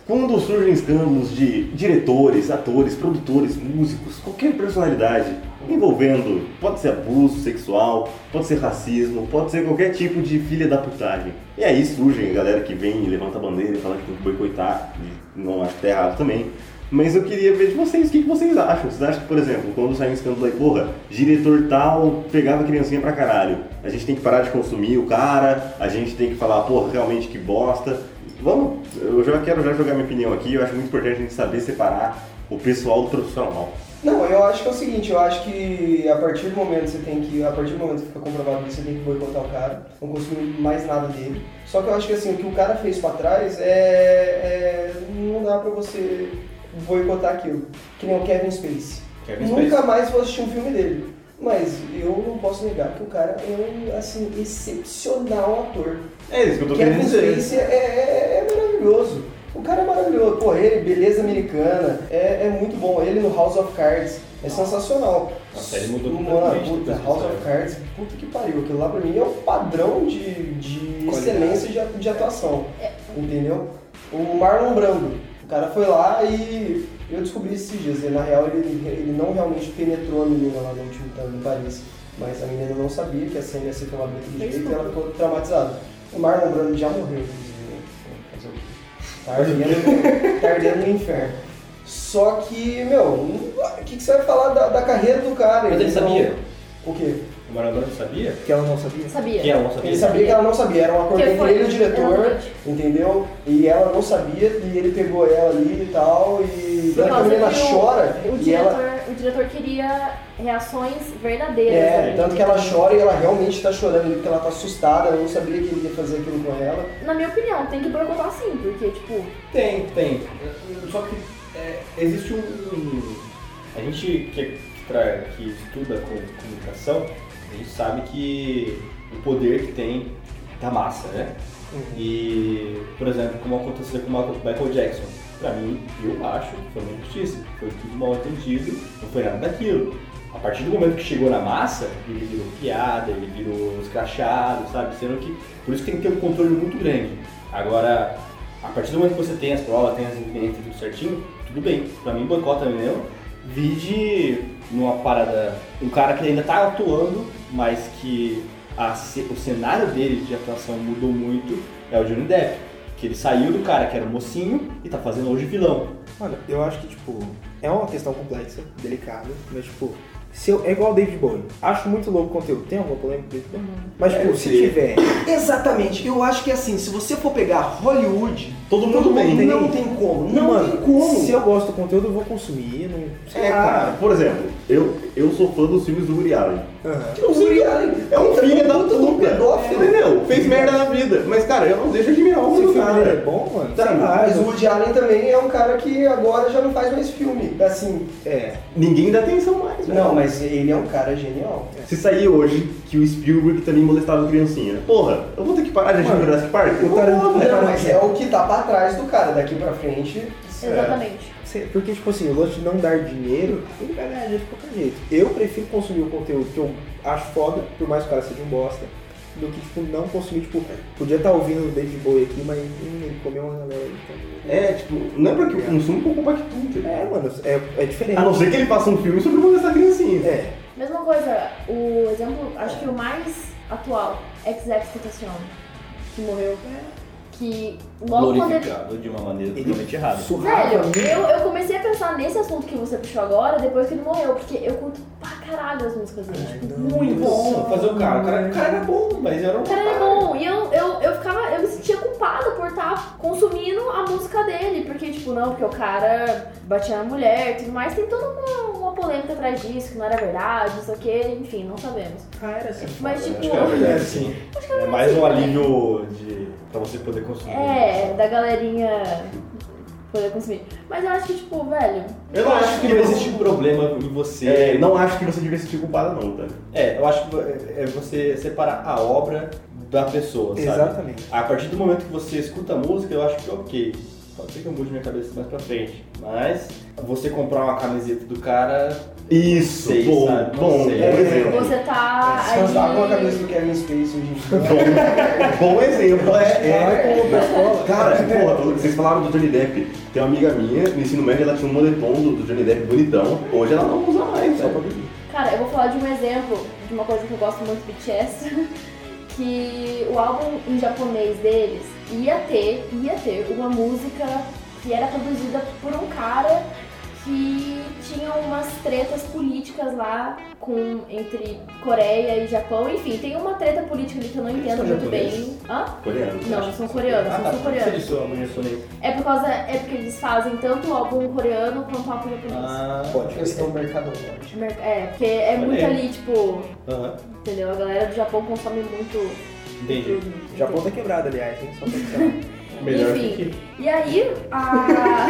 S2: Quando surgem escândalos de diretores, atores, produtores, músicos, qualquer personalidade envolvendo, pode ser abuso sexual, pode ser racismo, pode ser qualquer tipo de filha da putagem. E aí surgem a galera que vem e levanta a bandeira e fala que tem que boicotar, e não acho que tá errado também. Mas eu queria ver de vocês, o que que vocês acham? Vocês acham que, por exemplo, quando sai um escândalo aí, porra, diretor tal pegava criancinha pra caralho, a gente tem que parar de consumir o cara, a gente tem que falar, porra, realmente que bosta. Vamos, eu já quero já jogar minha opinião aqui, eu acho muito importante a gente saber separar o pessoal do profissional.
S4: Não, eu acho que é o seguinte, eu acho que a partir do momento que você tem que. A partir do momento que fica comprovado isso, você tem que boicotar o cara, não consumir mais nada dele. Só que eu acho que assim, o que o cara fez pra trás é. é- não dá pra você boicotar aquilo. Que nem o Kevin Space.
S5: Kevin
S4: Nunca
S5: Spacey.
S4: mais vou assistir um filme dele. Mas eu não posso negar que o cara é um assim, excepcional ator.
S2: É isso que eu tô
S4: Kevin
S2: querendo dizer.
S4: Spacey é, é- é maravilhoso. O cara é maravilhoso. Pô, ele, beleza americana, é, é muito bom. Ele no House of Cards é sensacional.
S5: A série mudou
S4: Mano,
S5: totalmente
S4: puta,
S5: depois que
S4: House of
S5: saiu.
S4: Cards, puta que pariu. Aquilo lá pra mim é o padrão de, de
S3: Qualidade.
S4: excelência de, a- de atuação. Entendeu? O Marlon Brando. O cara foi lá e eu descobri esses dias. e na real, ele, ele não realmente penetrou a menina lá no último tanto em Paris. Mas a menina não sabia que a cena ia ser filmada daquele jeito e ela ficou traumatizada. O Marlon Brando já morreu, inclusive. né? Fazer o quê? Tá ardendo, tá ardendo no inferno. Só que, meu, o que, que você vai falar da, da carreira do cara?
S5: Mas ele
S4: não-
S5: sabia?
S4: O quê?
S5: O Maradona sabia?
S3: Que ela não sabia.
S6: Sabia.
S5: Que ela não sabia?
S4: Ele sabia que ela não sabia, era um acordo
S6: Que
S4: entre
S6: foi-
S4: ele e o diretor,
S6: exatamente.
S4: entendeu? E ela não sabia, e ele pegou ela ali e tal, e
S6: Por
S4: tanto que a
S6: causa
S4: menina
S6: que o-
S4: chora,
S6: O
S4: e
S6: diretor,
S4: ela.
S6: o diretor queria reações verdadeiras.
S4: É,
S6: né?
S4: tanto que ela chora e ela realmente tá chorando ali, porque ela tá assustada, ela não sabia que ele ia fazer aquilo com ela.
S6: Na minha opinião, tem que boicotar sim, porque, tipo,
S5: Tem, tem. Só que é, existe um, um- A gente que, tra- que estuda com comunicação, a gente sabe que o poder que tem da massa, né? E, por exemplo, como aconteceu com o Michael- Michael Jackson. Pra mim, eu acho que foi uma injustiça. Foi tudo mal entendido, não foi nada daquilo. A partir do momento que chegou na massa, ele virou piada, ele virou escrachado, sabe? Sendo que. Por isso que tem que ter um controle muito grande. Agora, a partir do momento que você tem as provas, tem as evidências, tudo certinho, tudo bem. Pra mim, boicota mesmo. Vide numa parada. Um cara que ainda tá atuando, mas que a ce- o cenário dele de atuação mudou muito, é o Johnny Depp. Que ele saiu do cara que era mocinho e tá fazendo hoje vilão.
S3: Olha, eu acho que, tipo, é uma questão complexa, delicada, mas, tipo, se eu, é igual o David Bowie. Acho muito louco o conteúdo. Tem alguma polêmica do David Bowie? Mas, tipo, se
S4: sei.
S3: tiver.
S4: Exatamente, eu acho que assim, se você for pegar Hollywood,
S2: Todo mundo bem.
S4: não tem como, não
S3: mano,
S4: tem como.
S3: se eu gosto do conteúdo, eu vou consumir. Não, sei
S4: É,
S3: lá.
S4: cara.
S2: Por exemplo, eu, eu sou fã dos filmes do Woody Allen.
S3: Aham.
S4: O Woody Allen é um filho da puta, um pedófilo.
S2: Entendeu? Fez merda na vida. Mas, cara, eu não deixo de admirar o
S3: Se o
S2: filme do
S3: filme dele é
S2: cara.
S3: bom, mano,
S2: Tá,
S3: sei lá,
S4: Mas o
S3: eu-
S4: Woody Allen também é um cara que agora já não faz mais filme. Assim,
S3: É,
S2: Ninguém dá atenção mais, velho.
S4: não, mas ele é um cara genial.
S2: Se sair hoje que o Spielberg também molestava criancinha, porra, eu vou ter que parar de assistir
S3: Mano,
S2: o Jurassic Park?
S3: o
S2: Não,
S3: Tarantino-
S2: vou, velho.
S4: Não, mas
S3: assim.
S4: é o que tá pra trás do cara, daqui pra frente.
S6: exatamente.
S3: sei- porque, tipo assim, o lance de não dar dinheiro, ele vai ganhar dinheiro de qualquer jeito. Eu prefiro consumir o conteúdo que eu acho foda, por mais que o cara seja um bosta, do que, tipo, não consumir, tipo, podia estar ouvindo o David Bowie aqui, mas hum, ele comeu uma galera. Então...
S2: É, tipo, não é pra que o consumo pouco compactua.
S3: É, mano, é, é diferente.
S2: A não ser que ele faça um filme sobre molestar criancinha.
S3: É,
S6: Mesma coisa, o exemplo, acho que o mais atual, XX Tentacion, que morreu, que logo quando ele...
S5: Glorificado de uma maneira
S3: Ele-
S5: totalmente errada.
S3: surrava
S6: Velho,
S3: muito.
S6: eu, eu comecei a pensar nesse assunto que você puxou agora, depois que ele morreu, porque eu curto pra caralho as músicas dele, tipo, muito.
S5: fazer o cara. O cara, o cara era bom, mas era um.
S6: O cara era bom, e eu, eu, eu ficava, eu me sentia culpada por estar consumindo a música dele, porque tipo, não, porque o cara batia na mulher e tudo mais, tem toda uma, uma polêmica atrás disso, que não era verdade, não sei o que, enfim, não sabemos.
S3: Ah, era assim.
S6: Mas
S5: Acho
S6: tipo,
S5: que era verdade,
S3: É,
S2: assim,
S5: sim. É mais um alívio de, pra você poder consumir.
S6: É, da galerinha poder consumir. Mas eu acho que, tipo, velho.
S5: Eu não acho que não existe um problema em você.
S2: É, não acho que você devia se sentir culpada, não, tá?
S5: É, eu acho que é você separar a obra da pessoa, sabe?
S3: Exatamente.
S5: A partir do momento que você escuta a música, eu acho que é ok. Pode ser que eu mude minha cabeça mais pra frente. Mas você comprar uma camiseta do cara.
S2: Isso,
S5: Sei,
S2: bom,
S5: sabe? Não
S2: bom,
S5: sei.
S2: bom exemplo.
S6: Você tá.
S5: É,
S4: Se eu tava com a cabeça
S6: ali...
S4: do Kevin Spacey hoje em dia.
S2: Bom, bom exemplo, é. é.
S3: Vai com outra escola.
S2: Cara,
S5: tipo,
S2: porra, vocês falaram do Johnny Depp. Tem uma amiga minha, no ensino médio, ela tinha um moletom do, do Johnny Depp bonitão. Hoje ela não usa mais, só pra dormir.
S6: Cara, eu vou falar de um exemplo de uma coisa que eu gosto muito do BTS. Que o álbum em japonês deles ia ter, ia ter uma música que era produzida por um cara que tinham umas tretas políticas lá com, entre Coreia e Japão. Enfim, tem uma treta política ali que eu não entendo
S4: são
S6: muito bem.
S4: japoneses?
S6: Hã?
S2: Coreano.
S6: Não, são coreanos,
S5: Ah,
S6: são
S5: tá.
S6: sul
S5: Por que você
S6: coreanos.
S5: disse sua mulher sonei?
S6: É por causa. É porque eles fazem tanto álbum coreano quanto álbum japonês.
S5: Ah,
S4: Pode.
S3: Questão mercadológica.
S6: Mer- É, porque é
S5: Olha aí.
S6: muito ali, tipo,
S5: Aham,
S6: entendeu? A galera do Japão consome muito
S5: entendi.
S6: tudo.
S3: O Japão tá quebrado, aliás, hein? Só pra avisar.
S5: Melhor
S6: Enfim.
S5: que aqui.
S6: E aí, a-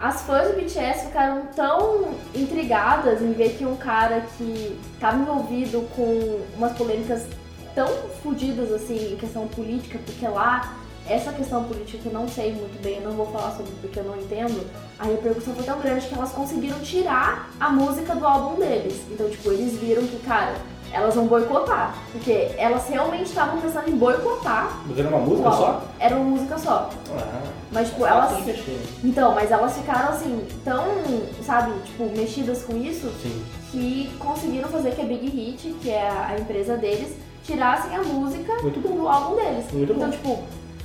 S6: as fãs do BTS ficaram tão intrigadas em ver que um cara que estava envolvido com umas polêmicas tão fodidas assim em questão política, porque lá essa questão política que eu não sei muito bem, eu não vou falar sobre porque eu não entendo, a repercussão foi tão grande que elas conseguiram tirar a música do álbum deles. Então, tipo, eles viram que, cara, elas vão boicotar. Porque elas realmente estavam pensando em boicotar
S5: Mas era Tá uma música
S6: Uau.
S5: só?
S6: era uma música só.
S5: Ah,
S6: Mas, tipo,
S5: ela
S6: elas. Então, mas elas ficaram assim, tão, sabe, tipo, mexidas com isso,
S5: Sim.
S6: que conseguiram fazer que a Big Hit, que é a a empresa deles, tirassem a música
S5: Muito bom.
S6: do álbum deles.
S5: Muito
S6: então,
S5: bom.
S6: tipo,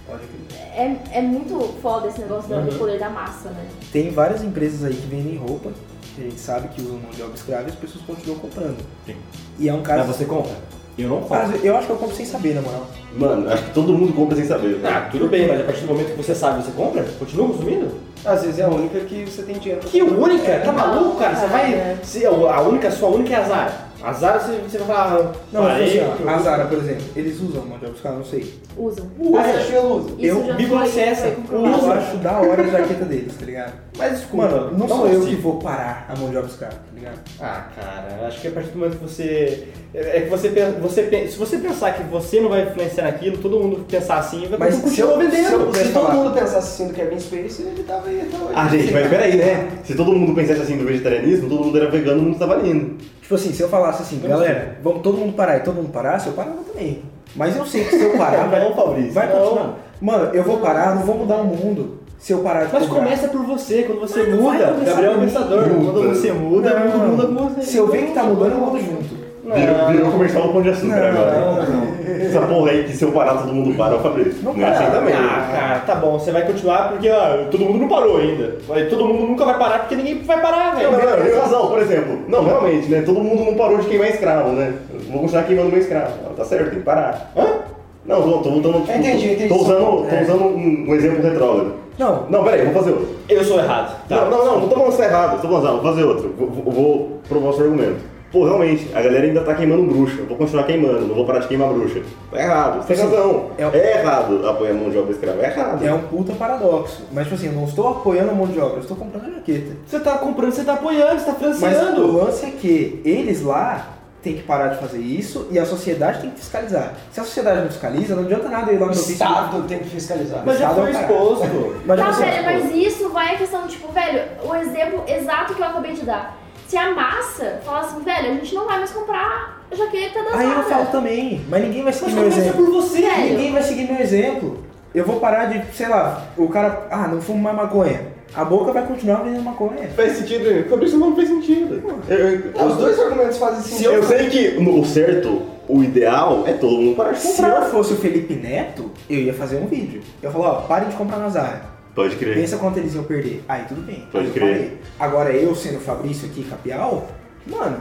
S4: Pode crer.
S6: é, é muito foda esse negócio do
S5: Uhum.
S6: poder da massa, né?
S3: Tem várias empresas aí que vendem roupa, que a gente sabe que usam mão de obra escrava e as pessoas continuam comprando.
S5: Sim.
S3: E é um
S5: Mas
S3: caso.
S5: você compra? Eu não compro.
S3: Mas eu acho que eu compro sem saber, na moral.
S2: Mano, acho que todo mundo compra sem saber.
S5: Ah, tudo bem, mas a partir do momento que você sabe, você compra? Continua consumindo?
S4: Às vezes é a única que você tem dinheiro. pra
S5: Que
S4: comprar.
S5: única? Tá maluco, cara? Você
S6: É.
S5: vai. Se, a única, sua única é a Zara. A Zara você, você vai falar. ah,
S3: Não, mas
S5: parei,
S3: assim, ó,
S5: eu-
S3: a Zara, por exemplo, eles usam mão de obra escrava, não sei.
S6: Usam.
S4: Ah, você achou a luz?
S6: Isso
S3: Eu-
S6: já
S5: Big
S6: foi,
S5: Access,
S6: foi comprovado.
S3: Eu
S5: usa.
S3: acho da hora a jaqueta deles, tá ligado?
S5: Mas desculpa.
S3: Mano, não sou eu
S5: assim.
S3: que vou parar a mão de obra escrava, tá ligado?
S5: Ah, cara, acho que a partir do momento que você. É é que você, pen- você pen- Se você pensar que você não vai influenciar naquilo, todo mundo pensar assim vai
S3: Mas
S5: continuar
S4: Se eu
S5: vendendo.
S4: se eu-
S3: Eu
S4: se
S3: ia
S4: todo
S3: falar.
S4: mundo pensasse assim do Kevin Space, ele tava aí até hoje.
S2: Ah, gente, mas peraí, né? Se todo mundo pensasse assim do vegetarianismo, todo mundo era vegano, o mundo tava lindo.
S3: Tipo assim, se eu falasse assim, galera, vamos todo mundo parar e todo mundo parasse, eu parava também. Mas eu sei que se eu parar, vai,
S5: Não, É Fabrício,
S3: vai
S5: não.
S3: continuar. Mano, eu vou parar, não vou mudar o mundo se eu parar de
S5: Mas
S3: comprar.
S5: começa por você, quando você
S3: Mas não vai
S5: muda.
S3: começar
S5: Gabriel é
S3: por mim.
S5: pensador, quando
S2: Muda.
S5: você muda, o mundo muda com você.
S3: Se eu ver que tá mudando, eu mudo junto.
S2: Virou, virou comercial do Pão de Açúcar agora.
S3: não, não.
S2: Essa porra aí que se eu parar, todo mundo para, é o Fabrício.
S3: Não
S2: é
S3: para.
S2: assim também.
S5: Ah, cara, tá bom, você vai continuar porque ó, todo mundo não parou ainda. Mas Todo mundo nunca vai parar porque ninguém vai parar,
S2: Não,
S5: velho.
S2: não, não, tem razão, por exemplo. Não, realmente, né? Todo mundo não parou de queimar escravo, né? Vou continuar queimando meu escravo. Ah, Tá certo, tem que parar. Hã? Não, tô, tô voltando. Tipo,
S4: Entendi, entendi.
S2: Tô usando, tô
S4: É.
S2: usando um, um exemplo retrógrado.
S3: Não,
S2: Não, peraí, vou fazer outro.
S5: Eu sou errado. Tá.
S2: Não, não, não, não tô falando que você tá errado, tô falando, ah, vou fazer outro. Vou, vou- vou provar o seu argumento. Pô, realmente, a galera ainda tá queimando bruxa. Vou continuar queimando, não vou parar de queimar bruxa. É errado, você tem
S3: Assim,
S2: razão.
S3: é o-
S2: É errado apoiar mão de obra escrava, é errado.
S3: É um puta paradoxo. Mas, tipo assim, eu não estou apoiando a mão de obra, eu estou comprando a jaqueta.
S5: Você tá comprando, você tá apoiando, você tá
S3: Mas o
S5: financiando.
S3: lance é que eles lá têm que parar de fazer isso e a sociedade tem que fiscalizar. Se a sociedade não fiscaliza, não adianta nada eu ir lá
S4: O
S3: no meu
S4: Estado tem que fiscalizar.
S5: Mas já
S3: Estado
S5: foi
S3: é o caralho.
S5: exposto.
S3: Mas,
S6: Tá,
S3: tipo assim,
S6: velho, mas isso vai a questão, tipo, velho, o exemplo exato que eu acabei de dar. Se a massa fala assim, velho, a gente não vai mais comprar a jaqueta da
S3: Aí eu
S6: Zara.
S3: falo também, mas ninguém vai seguir
S5: Mas
S3: meu
S5: começa
S3: exemplo.
S5: por você.
S6: Velho.
S3: Ninguém vai seguir meu exemplo. Eu vou parar de, sei lá, o cara, ah, não fumo mais maconha. A boca vai continuar vendendo maconha.
S2: Faz sentido, né? Fabrício não faz sentido. Eu, eu-
S4: Ah, Os dois argumentos fazem sentido.
S2: eu, sei que o certo, o ideal, é todo mundo parar de
S3: Se
S2: comprar.
S3: eu fosse o Felipe Neto, eu ia fazer um vídeo. Eu falo, ó, parem de comprar na Zara.
S2: Pode crer.
S3: Pensa quanto eles iam perder. Aí tudo bem.
S2: Pode
S3: Aí eu
S2: crer.
S3: parei. Agora eu sendo o Fabrício aqui, capial, mano,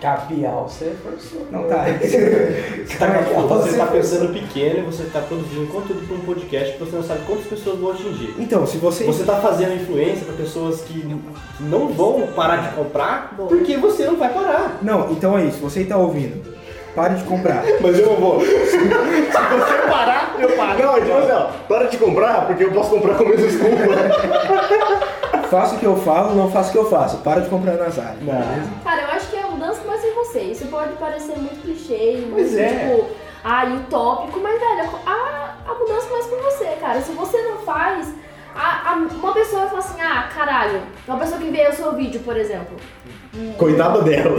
S4: Capial, você forçou.
S3: não tá.
S5: Você tá,
S3: Capial,
S5: é você
S3: você-
S5: tá pensando pequeno e você tá produzindo conteúdo pra um podcast que você não sabe quantas pessoas vão atingir.
S3: Então, se você.
S5: Você tá fazendo influência pra pessoas que n- que não vão parar de comprar porque você não vai parar.
S3: Não, então é isso. Você que tá ouvindo, pare de comprar.
S2: Mas eu não vou.
S5: Se eu parar, eu paro.
S2: Não, então assim, ó, para de comprar, porque eu posso comprar com menos desculpa.
S3: faça o que eu falo, não faça o que eu faço. Para de comprar na Zara.
S5: Não.
S6: Cara, eu acho que é a mudança começa em você. Isso pode parecer muito clichê, muito
S5: Pois é.
S6: tipo, ah, e utópico, mas velho, a, a mudança começa por você, cara. Se você não faz, a- a- uma pessoa fala assim, ah, caralho, uma pessoa que vê o seu vídeo, por exemplo.
S2: Coitada dela.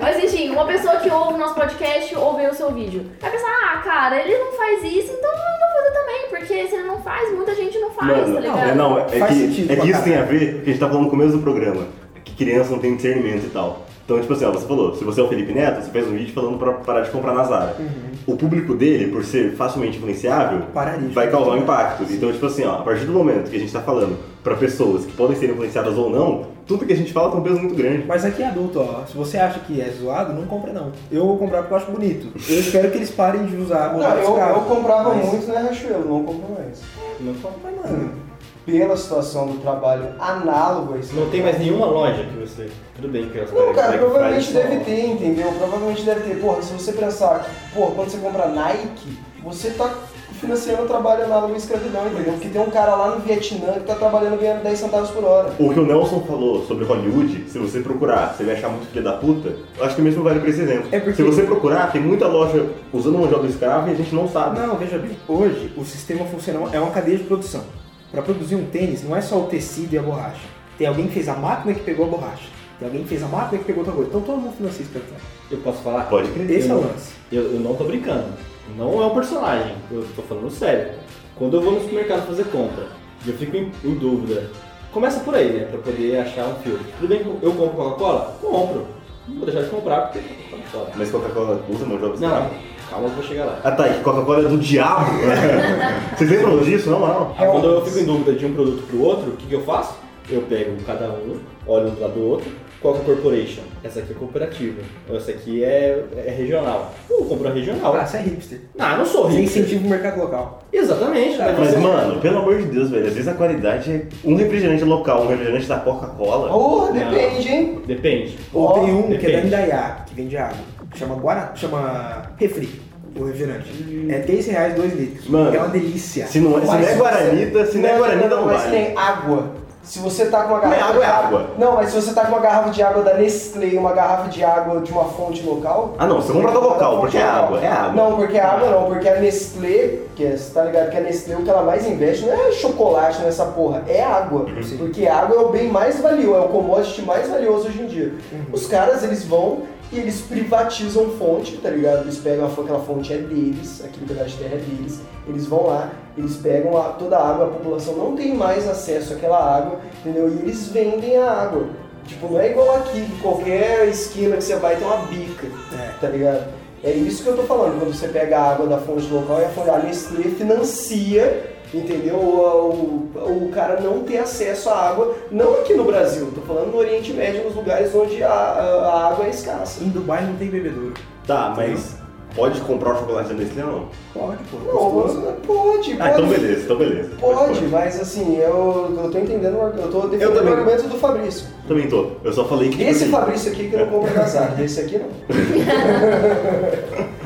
S6: Mas enfim, uma pessoa que ouve o nosso podcast ou vê o seu vídeo. Vai pensar, ah, cara, ele não faz isso, então eu não vou fazer também. Porque se ele não faz, muita gente não faz, tá ligado?
S2: é, não, é
S3: Faz
S2: que,
S3: sentido
S2: é
S3: pra
S2: que isso tem a
S3: caralho.
S2: ver, que a gente tá falando no começo do programa, que criança não tem discernimento e tal. Então, tipo assim, ó, você falou, se você é o Felipe Neto, você fez um vídeo falando pra parar de comprar na Zara.
S3: Uhum.
S2: O público dele, por ser facilmente influenciável,
S3: Pararia.
S2: vai causar um impacto. Então, tipo assim, ó, a partir do momento que a gente tá falando pra pessoas que podem ser influenciadas ou não, tudo que a gente fala tem um peso muito grande.
S3: Mas aqui é adulto, ó. Se você acha que é zoado, não compra não. Eu vou comprar porque eu acho bonito. Eu espero que eles parem de usar
S4: Não,
S3: modelo
S4: eu,
S3: escravo.
S4: eu comprava
S3: Mas-
S4: muito na Riachuelo, não compro mais. Não compro mais
S3: mano.
S4: Pela situação do trabalho análogo a isso.
S5: Não tem mais nenhuma loja que você. Tudo bem é que as
S4: Não,
S5: lojas Black
S4: cara,
S5: Friday
S4: provavelmente
S5: são-
S4: deve ter, entendeu? Provavelmente deve ter. Porra, se você pensar que, porra, quando você compra Nike, você tá financiando o trabalho análogo à escravidão, entendeu? Porque tem um cara lá no Vietnã que tá trabalhando ganhando 10 centavos por hora.
S2: O que o Nelson falou sobre Hollywood, se você procurar, você vai achar muito filha da puta, eu acho que o mesmo vale pra esse exemplo.
S3: É
S2: Se
S3: porque-
S2: você procurar, tem muita loja usando mão de obra escrava e a gente não sabe.
S3: Ah, Não, veja bem. Hoje, o sistema funcional é uma cadeia de produção. Para produzir um tênis, não é só o tecido e a borracha. Tem alguém que fez a máquina que pegou a borracha. Tem alguém que fez a máquina que pegou outra coisa. Então todo mundo financia esse projeto.
S5: Eu posso falar?
S2: Pode crer.
S3: Esse é o
S5: Eu-
S3: lance.
S5: Eu, eu não tô brincando. Não é um personagem. Eu tô falando sério. Quando eu vou no supermercado fazer compra, e eu fico em, em dúvida. Começa por aí, né? Pra poder achar um filme. Tudo bem que eu compro Coca-Cola? Compro. Não vou deixar de comprar porque Coca-Cola.
S2: Mas Coca-Cola usa mão de obra escrava?
S5: Não, calma que eu vou chegar lá.
S2: Ah tá, e Coca-Cola é do diabo? né? Vocês lembram disso? Não, não.
S5: Aí, Ah, quando eu fico em dúvida de um produto pro outro, o que, que eu faço? Eu pego cada um, olho um do lado do outro. Qual que é a corporation? Essa aqui é cooperativa. Essa aqui é, é regional. Eu compro a regional.
S3: Ah, você é hipster.
S5: Ah, não sou
S3: Você
S5: rico.
S3: incentiva o mercado local.
S5: Exatamente.
S3: Ah,
S2: Mas,
S5: você-
S2: mano, pelo amor de Deus, velho, às vezes a qualidade é um refrigerante local, um refrigerante da Coca-Cola.
S4: Porra, depende, hein?
S5: Depende.
S3: Ou
S4: Ó,
S3: tem um que é da
S5: depende.
S3: Indaiá, que vende água. Chama Guará, chama refri, o refrigerante. É 3 reais 2 litros.
S2: Mano,
S3: é uma delícia.
S2: Se não, é- se não
S4: Mas
S2: é
S4: você-
S2: Guaranita, se não é Guaranita, não
S4: Mas
S2: vale.
S4: tem água. Se você tá com uma
S2: Não é
S4: garrafa.
S2: água, é
S4: de
S2: água.
S4: Não, mas se você tá com uma garrafa de água da Nestlé e uma garrafa de água de uma fonte local.
S2: Ah, não, você compra da local, porque é água, é água.
S4: Não, porque é água não, porque a Nestlé, que é, você tá ligado que a Nestlé o que ela mais investe não é chocolate nessa porra, é água. Porque água é o bem mais valioso, é o commodity mais valioso hoje em dia. Os caras, eles vão e eles privatizam fonte, tá ligado? Eles pegam a fo- aquela fonte é deles, aquele pedaço de terra é deles, eles vão lá, eles pegam a- toda a água, a população não tem mais acesso àquela água, entendeu? E eles vendem a água. Tipo, não é igual aqui, que qualquer esquina que você vai tem uma bica,
S3: É.
S4: tá ligado? É isso que eu tô falando, quando você pega a água da fonte local e a fonte, a Nestlé financia, entendeu? O, o, o cara não ter acesso à água, não aqui no Brasil, tô falando no Oriente Médio, nos lugares onde a, a- a água é escassa.
S3: Em Dubai não tem bebedouro.
S2: Tá, mas pode comprar o chocolate da Nestlé ou não?
S3: Pode, pô.
S4: Não,
S3: gostoso.
S4: pode, pode.
S2: Ah, então beleza, então beleza.
S4: Pode, mas assim, eu, eu tô entendendo, eu tô defendendo o
S2: também.
S4: argumento do Fabrício.
S2: Também tô. Eu só falei que. tipo
S4: Esse
S2: assim,
S4: Fabrício aqui que não compra casar, esse aqui não.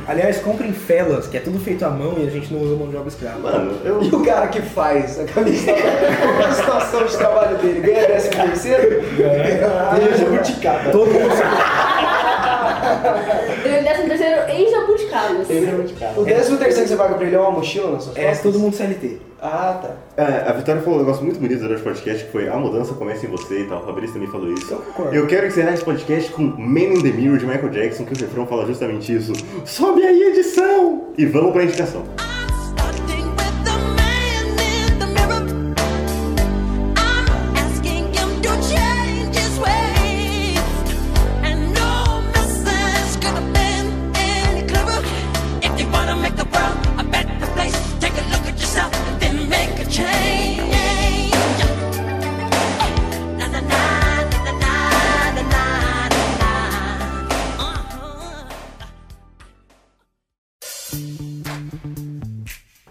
S3: Aliás, comprem felas, que é tudo feito à mão e a gente não usa mão de obra escrava.
S2: Mano, eu.
S4: E o cara que faz a camisa, a situação de trabalho dele, ganha 13 terceiro? é
S3: Tem
S4: jabuticaba.
S3: Todo mundo sabe.
S6: Ganhou 13 terceiro em jabuticabas.
S4: O 13 terceiro que você paga pra ele é uma mochila na sua
S3: É todo mundo CLT.
S4: Ah, tá.
S2: É, a Vitória falou um negócio muito bonito durante o podcast, que foi a mudança começa em você e tal. O Fabrício também falou isso.
S3: Eu concordo.
S2: Eu quero encerrar esse podcast com Man in the Mirror de Michael Jackson, que o refrão fala justamente isso. Sobe aí, edição! E vamos pra indicação.
S7: Starting with the man in the mirror. I'm asking him to change his ways. And no message could have been any clearer. If you wanna make the world a better place, take a look at yourself and then make a change. Na na na na na na na Uh-huh. na na.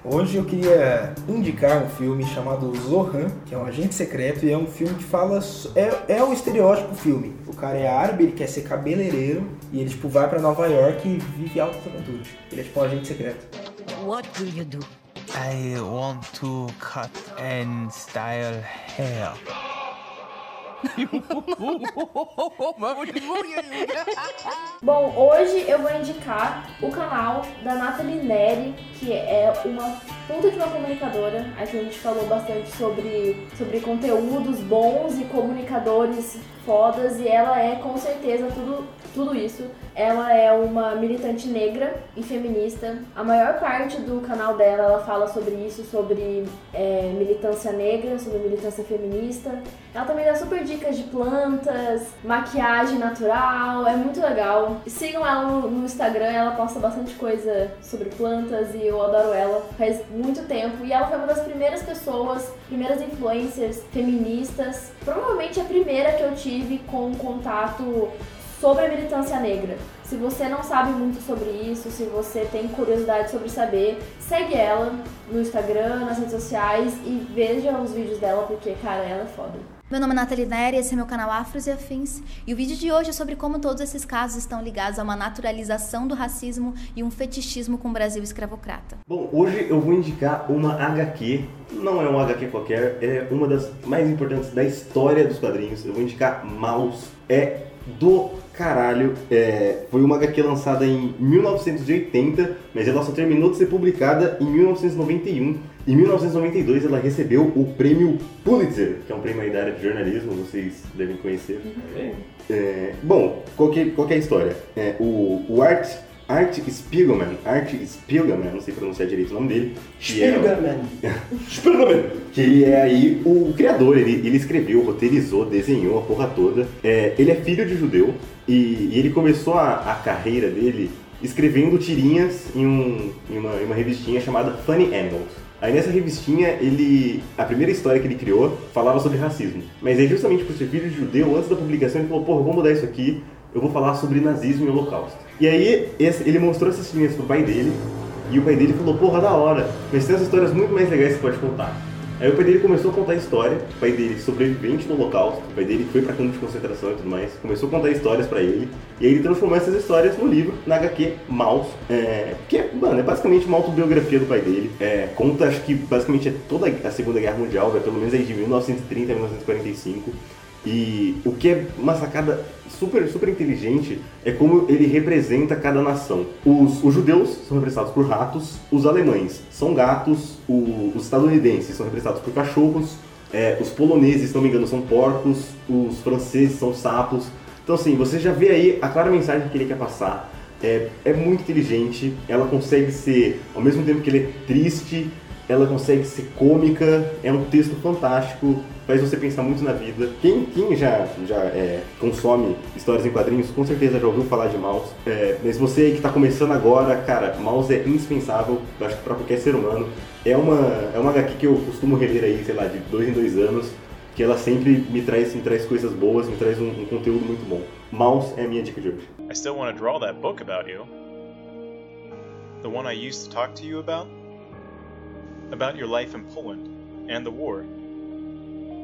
S3: Hoje eu queria indicar um filme chamado Zohan, que é um agente secreto e é um filme que fala. so- É, é um estereótipo filme. O cara é árabe, ele quer ser cabeleireiro e ele tipo vai pra Nova York e vive altas aventuras. Ele é tipo um agente secreto.
S7: What do you do?
S8: I want to cut and style hair.
S6: Bom, hoje eu vou indicar o canal da Nathalie Neri, que é uma puta de uma comunicadora. A gente falou bastante sobre, sobre conteúdos bons e comunicadores fodas, e ela é com certeza tudo, tudo isso. Ela é uma militante negra e feminista. A maior parte do canal dela ela fala sobre isso, sobre é, militância negra, sobre militância feminista. Ela também dá super dicas de plantas, maquiagem natural, é muito legal. Sigam ela no, no Instagram, ela posta bastante coisa sobre plantas e eu adoro ela faz muito tempo. E ela foi uma das primeiras pessoas, primeiras influencers feministas, provavelmente a primeira que eu tive com contato sobre a militância negra. Se você não sabe muito sobre isso, se você tem curiosidade sobre saber, segue ela no Instagram, nas redes sociais e veja os vídeos dela, porque, cara, ela é foda.
S9: Meu nome é Nathalie Nery, esse é meu canal Afros e Afins, e o vídeo de hoje é sobre como todos esses casos estão ligados a uma naturalização do racismo e um fetichismo com o Brasil escravocrata.
S2: Bom, hoje eu vou indicar uma HQ. Não é uma HQ qualquer, é uma das mais importantes da história dos quadrinhos. Eu vou indicar Maus. É do caralho. É, foi uma HQ lançada em 1980, mas ela só terminou de ser publicada em 1991. Em 1992 ela recebeu o prêmio Pulitzer, que é um prêmio aí da área de jornalismo, vocês devem conhecer. É, bom, qual que, qual que é a história? É, o, o Art, Art Spiegelman, Art Spiegelman, não sei pronunciar direito o nome dele. que é-
S3: um-
S4: né?
S2: Spiegelman. Que ele é aí o criador, ele, ele escreveu, roteirizou, desenhou a porra toda. É, ele é filho de judeu e, e ele começou a, a carreira dele escrevendo tirinhas em, um- em uma, em uma revistinha chamada Funny Animals. Aí nessa revistinha, ele. A primeira história que ele criou falava sobre racismo. Mas aí justamente por ser filho de judeu, antes da publicação, ele falou, porra, eu vou mudar isso aqui, eu vou falar sobre nazismo e holocausto. E aí esse- ele mostrou essas tirinhas pro pai dele, e o pai dele falou, porra, da hora, mas tem essas histórias muito mais legais que você pode contar. Aí o pai dele começou a contar a história, o pai dele sobrevivente do holocausto, o pai dele foi pra campo de concentração e tudo mais, começou a contar histórias pra ele, e aí ele transformou essas histórias no livro, na HQ Maus, é, que é, mano, é basicamente uma autobiografia do pai dele, é, conta acho que basicamente é toda a Segunda Guerra Mundial, vai pelo menos aí de 1930 a 1945, e o que é uma sacada super, super inteligente é como ele representa cada nação. Os, os judeus são representados por ratos, os alemães são gatos, o- os estadunidenses são representados por cachorros, é, os poloneses, se não me engano, são porcos, os franceses são sapos. Então, assim, você já vê aí a clara mensagem que ele quer passar. É, é muito inteligente, ela consegue ser, ao mesmo tempo que ele é triste, ela consegue ser cômica, é um texto fantástico, faz você pensar muito na vida. Quem, quem já, já é, consome histórias em quadrinhos, com certeza já ouviu falar de Maus. É, mas você aí que tá começando agora, cara, Maus é indispensável, eu acho que pra qualquer ser humano. É uma, é uma HQ que eu costumo reler aí, sei lá, de dois em dois anos, que ela sempre me traz, me traz coisas boas, me traz um, um conteúdo muito bom. Maus é a minha dica de hoje.
S10: I still want to draw that book about you. The one I used to talk to you about? About your life in Poland and the war.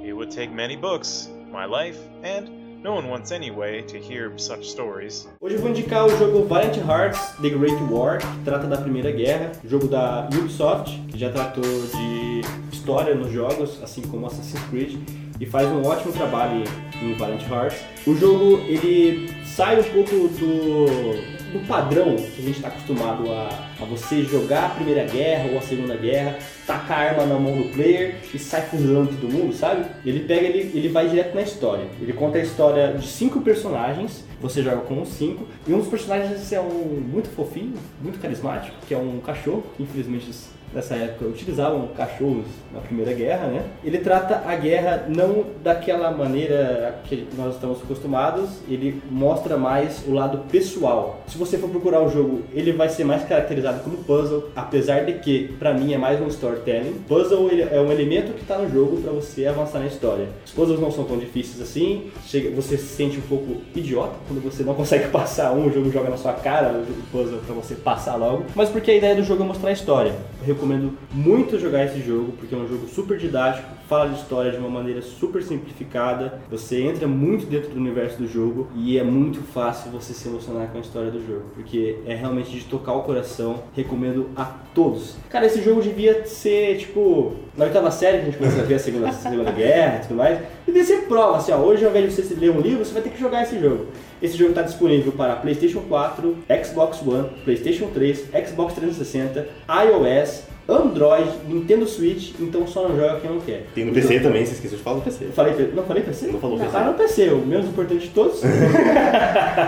S10: It would take many books, my life, and no one wants anyway to hear such stories.
S5: Hoje eu vou indicar o jogo Valiant Hearts The Great War, que trata da Primeira Guerra, jogo da Ubisoft, que já tratou de história nos jogos, assim como Assassin's Creed, e faz um ótimo trabalho em Valiant Hearts. O jogo ele sai um pouco do, do padrão que a gente está acostumado a, a você jogar a Primeira Guerra ou a Segunda Guerra, tacar a arma na mão do player e sai fuzilando todo mundo, sabe? Ele pega, ele, ele vai direto na história. Ele conta a história de cinco personagens, você joga com os cinco, e um dos personagens é um muito fofinho, muito carismático, que é um cachorro, que infelizmente nessa época utilizavam cachorros na Primeira Guerra, né? Ele trata a guerra não daquela maneira que nós estamos acostumados, ele mostra mais o lado pessoal. Se você for procurar o jogo, ele vai ser mais caracterizado como puzzle, apesar de que, pra mim, é mais um storytelling. Puzzle ele é um elemento que tá no jogo pra você avançar na história. Os puzzles não são tão difíceis assim, chega- você se sente um pouco idiota quando você não consegue passar um, o jogo joga na sua cara o puzzle pra você passar logo, mas porque a ideia do jogo é mostrar a história. Eu recomendo muito jogar esse jogo, porque é um jogo super didático, fala de história de uma maneira super simplificada, você entra muito dentro do universo do jogo e é muito fácil você se emocionar com a história do jogo, porque é realmente de tocar o coração, recomendo a todos. Cara, esse jogo devia ser, tipo, na oitava série que a gente começa a ver a Segunda, a segunda Guerra e tudo mais, devia ser prova, assim, ó, hoje ao invés de você ler um livro, você vai ter que jogar esse jogo. Esse jogo está disponível para PlayStation 4, Xbox One, PlayStation 3, Xbox 360, iOS, Android, Nintendo Switch, então só não joga quem não quer.
S2: Tem no PC também, você esqueceu de falar do PC.
S5: Eu falei, P- não falei PC?
S2: Não falou PC.
S5: Ah, não PC, o menos importante de todos.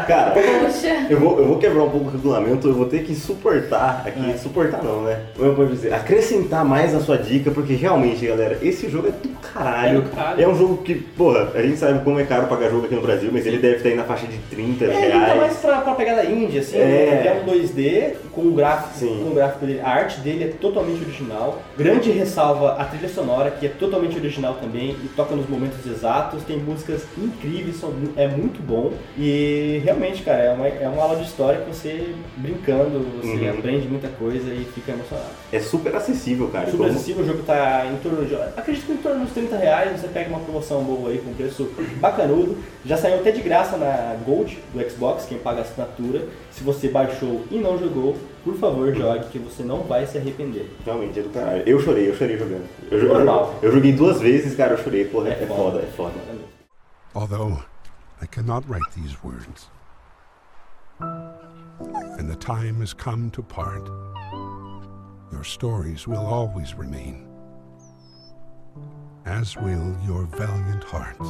S2: Cara,
S6: Poxa.
S2: eu vou, eu vou quebrar um pouco o regulamento, eu vou ter que suportar aqui.
S5: É.
S2: Suportar não, né? Como eu posso dizer? Acrescentar mais a sua dica, porque realmente, galera, esse jogo é do caralho.
S5: É do caralho.
S2: um jogo que, porra, a gente sabe como é caro pagar jogo aqui no Brasil, mas ele deve estar aí na faixa de 30
S5: É, ele tá
S2: reais.
S5: mais pra, pra pegada indie, assim,
S2: É.
S5: né? Ele é um 2D, com o gráfico,
S2: Sim.
S5: com o gráfico dele, a arte dele é totalmente original. Grande ressalva a trilha sonora, que é totalmente original também, e toca nos momentos exatos, tem músicas incríveis, são mu- é muito bom. E realmente, cara, é uma, é uma aula de história que você brincando, você
S2: Uhum.
S5: aprende muita coisa e fica emocionado.
S2: É super acessível, cara.
S5: Super
S2: Como-
S5: acessível, o jogo tá em torno de. Acredito que em torno dos 30 reais você pega uma promoção boa aí com um preço bacanudo. Já saiu até de graça na Gold do Xbox, quem paga a assinatura. Se você baixou e não jogou, por favor jogue, que você não vai se arrepender.
S2: Realmente, é do caralho. Eu chorei, eu chorei jogando. Eu, jo- eu-
S5: Normal.
S2: eu joguei duas vezes, cara, eu chorei. Porra, é,
S5: É
S2: foda,
S5: foda.
S2: é foda.
S11: although I cannot write these words. And the time has come to part. Your stories will always remain, as will your valiant hearts.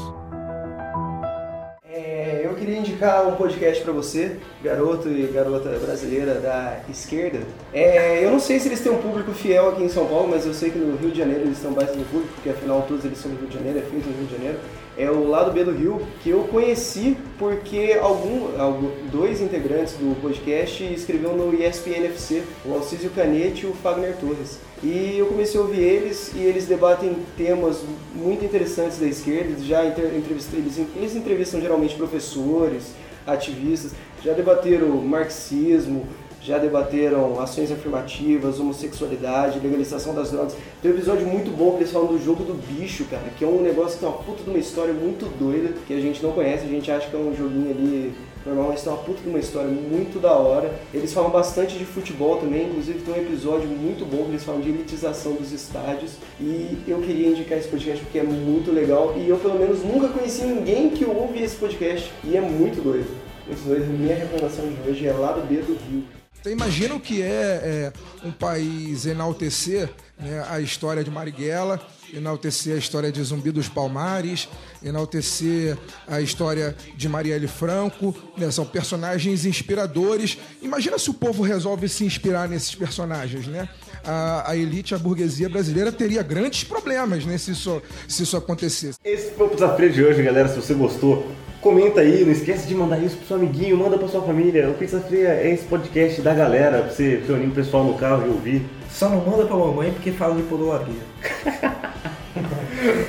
S4: É, eu queria indicar um podcast pra você, garoto e garota brasileira da esquerda. É, eu não sei se eles têm um público fiel aqui em São Paulo, mas eu sei que no Rio de Janeiro eles estão mais no público, porque afinal todos eles são do Rio de Janeiro, é feito no Rio de Janeiro. É o Lado B do Rio, que eu conheci porque algum, algum- dois integrantes do podcast escreveram no ESPN FC, o Alcísio Canete e o Fagner Torres. E eu comecei a ouvir eles e eles debatem temas muito interessantes da esquerda. Eles já inter- entrevistam, eles, eles entrevistam geralmente professores, ativistas, já debateram marxismo, já debateram ações afirmativas, homossexualidade, legalização das drogas. Tem um episódio muito bom que eles falam do jogo do bicho, cara, que é um negócio que tem uma puta de uma história muito doida, que a gente não conhece, a gente acha que é um joguinho ali normal, mas tem uma puta de uma história muito da hora. Eles falam bastante de futebol também, inclusive tem um episódio muito bom que eles falam de elitização dos estádios. E eu queria indicar esse podcast porque é muito legal e eu pelo menos nunca conheci ninguém que ouve esse podcast e é muito doido. Muito doido. Minha recomendação de hoje é lá do B do Rio.
S12: Você imagina o que é, é, um país enaltecer né, a história de Marighella, enaltecer a história de Zumbi dos Palmares, enaltecer a história de Marielle Franco. né, são personagens inspiradores. Imagina se o povo resolve se inspirar nesses personagens, né? A, a elite, a burguesia brasileira teria grandes problemas né, se, isso, se isso acontecesse.
S2: Esse foi o Pizza Fria de hoje, galera. Se você gostou, comenta aí. Não esquece de mandar isso pro seu amiguinho, manda pra sua família. O Pizza Fria é esse podcast da galera, pra você reunir o pessoal no carro e ouvir.
S3: Só não manda pra mamãe porque fala de poloaria.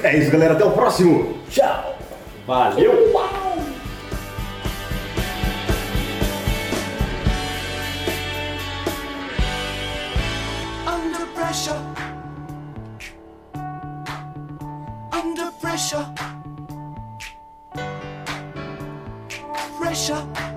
S2: É isso, galera. Até o próximo!
S5: Valeu!
S7: Under pressure. Under pressure. Pressure.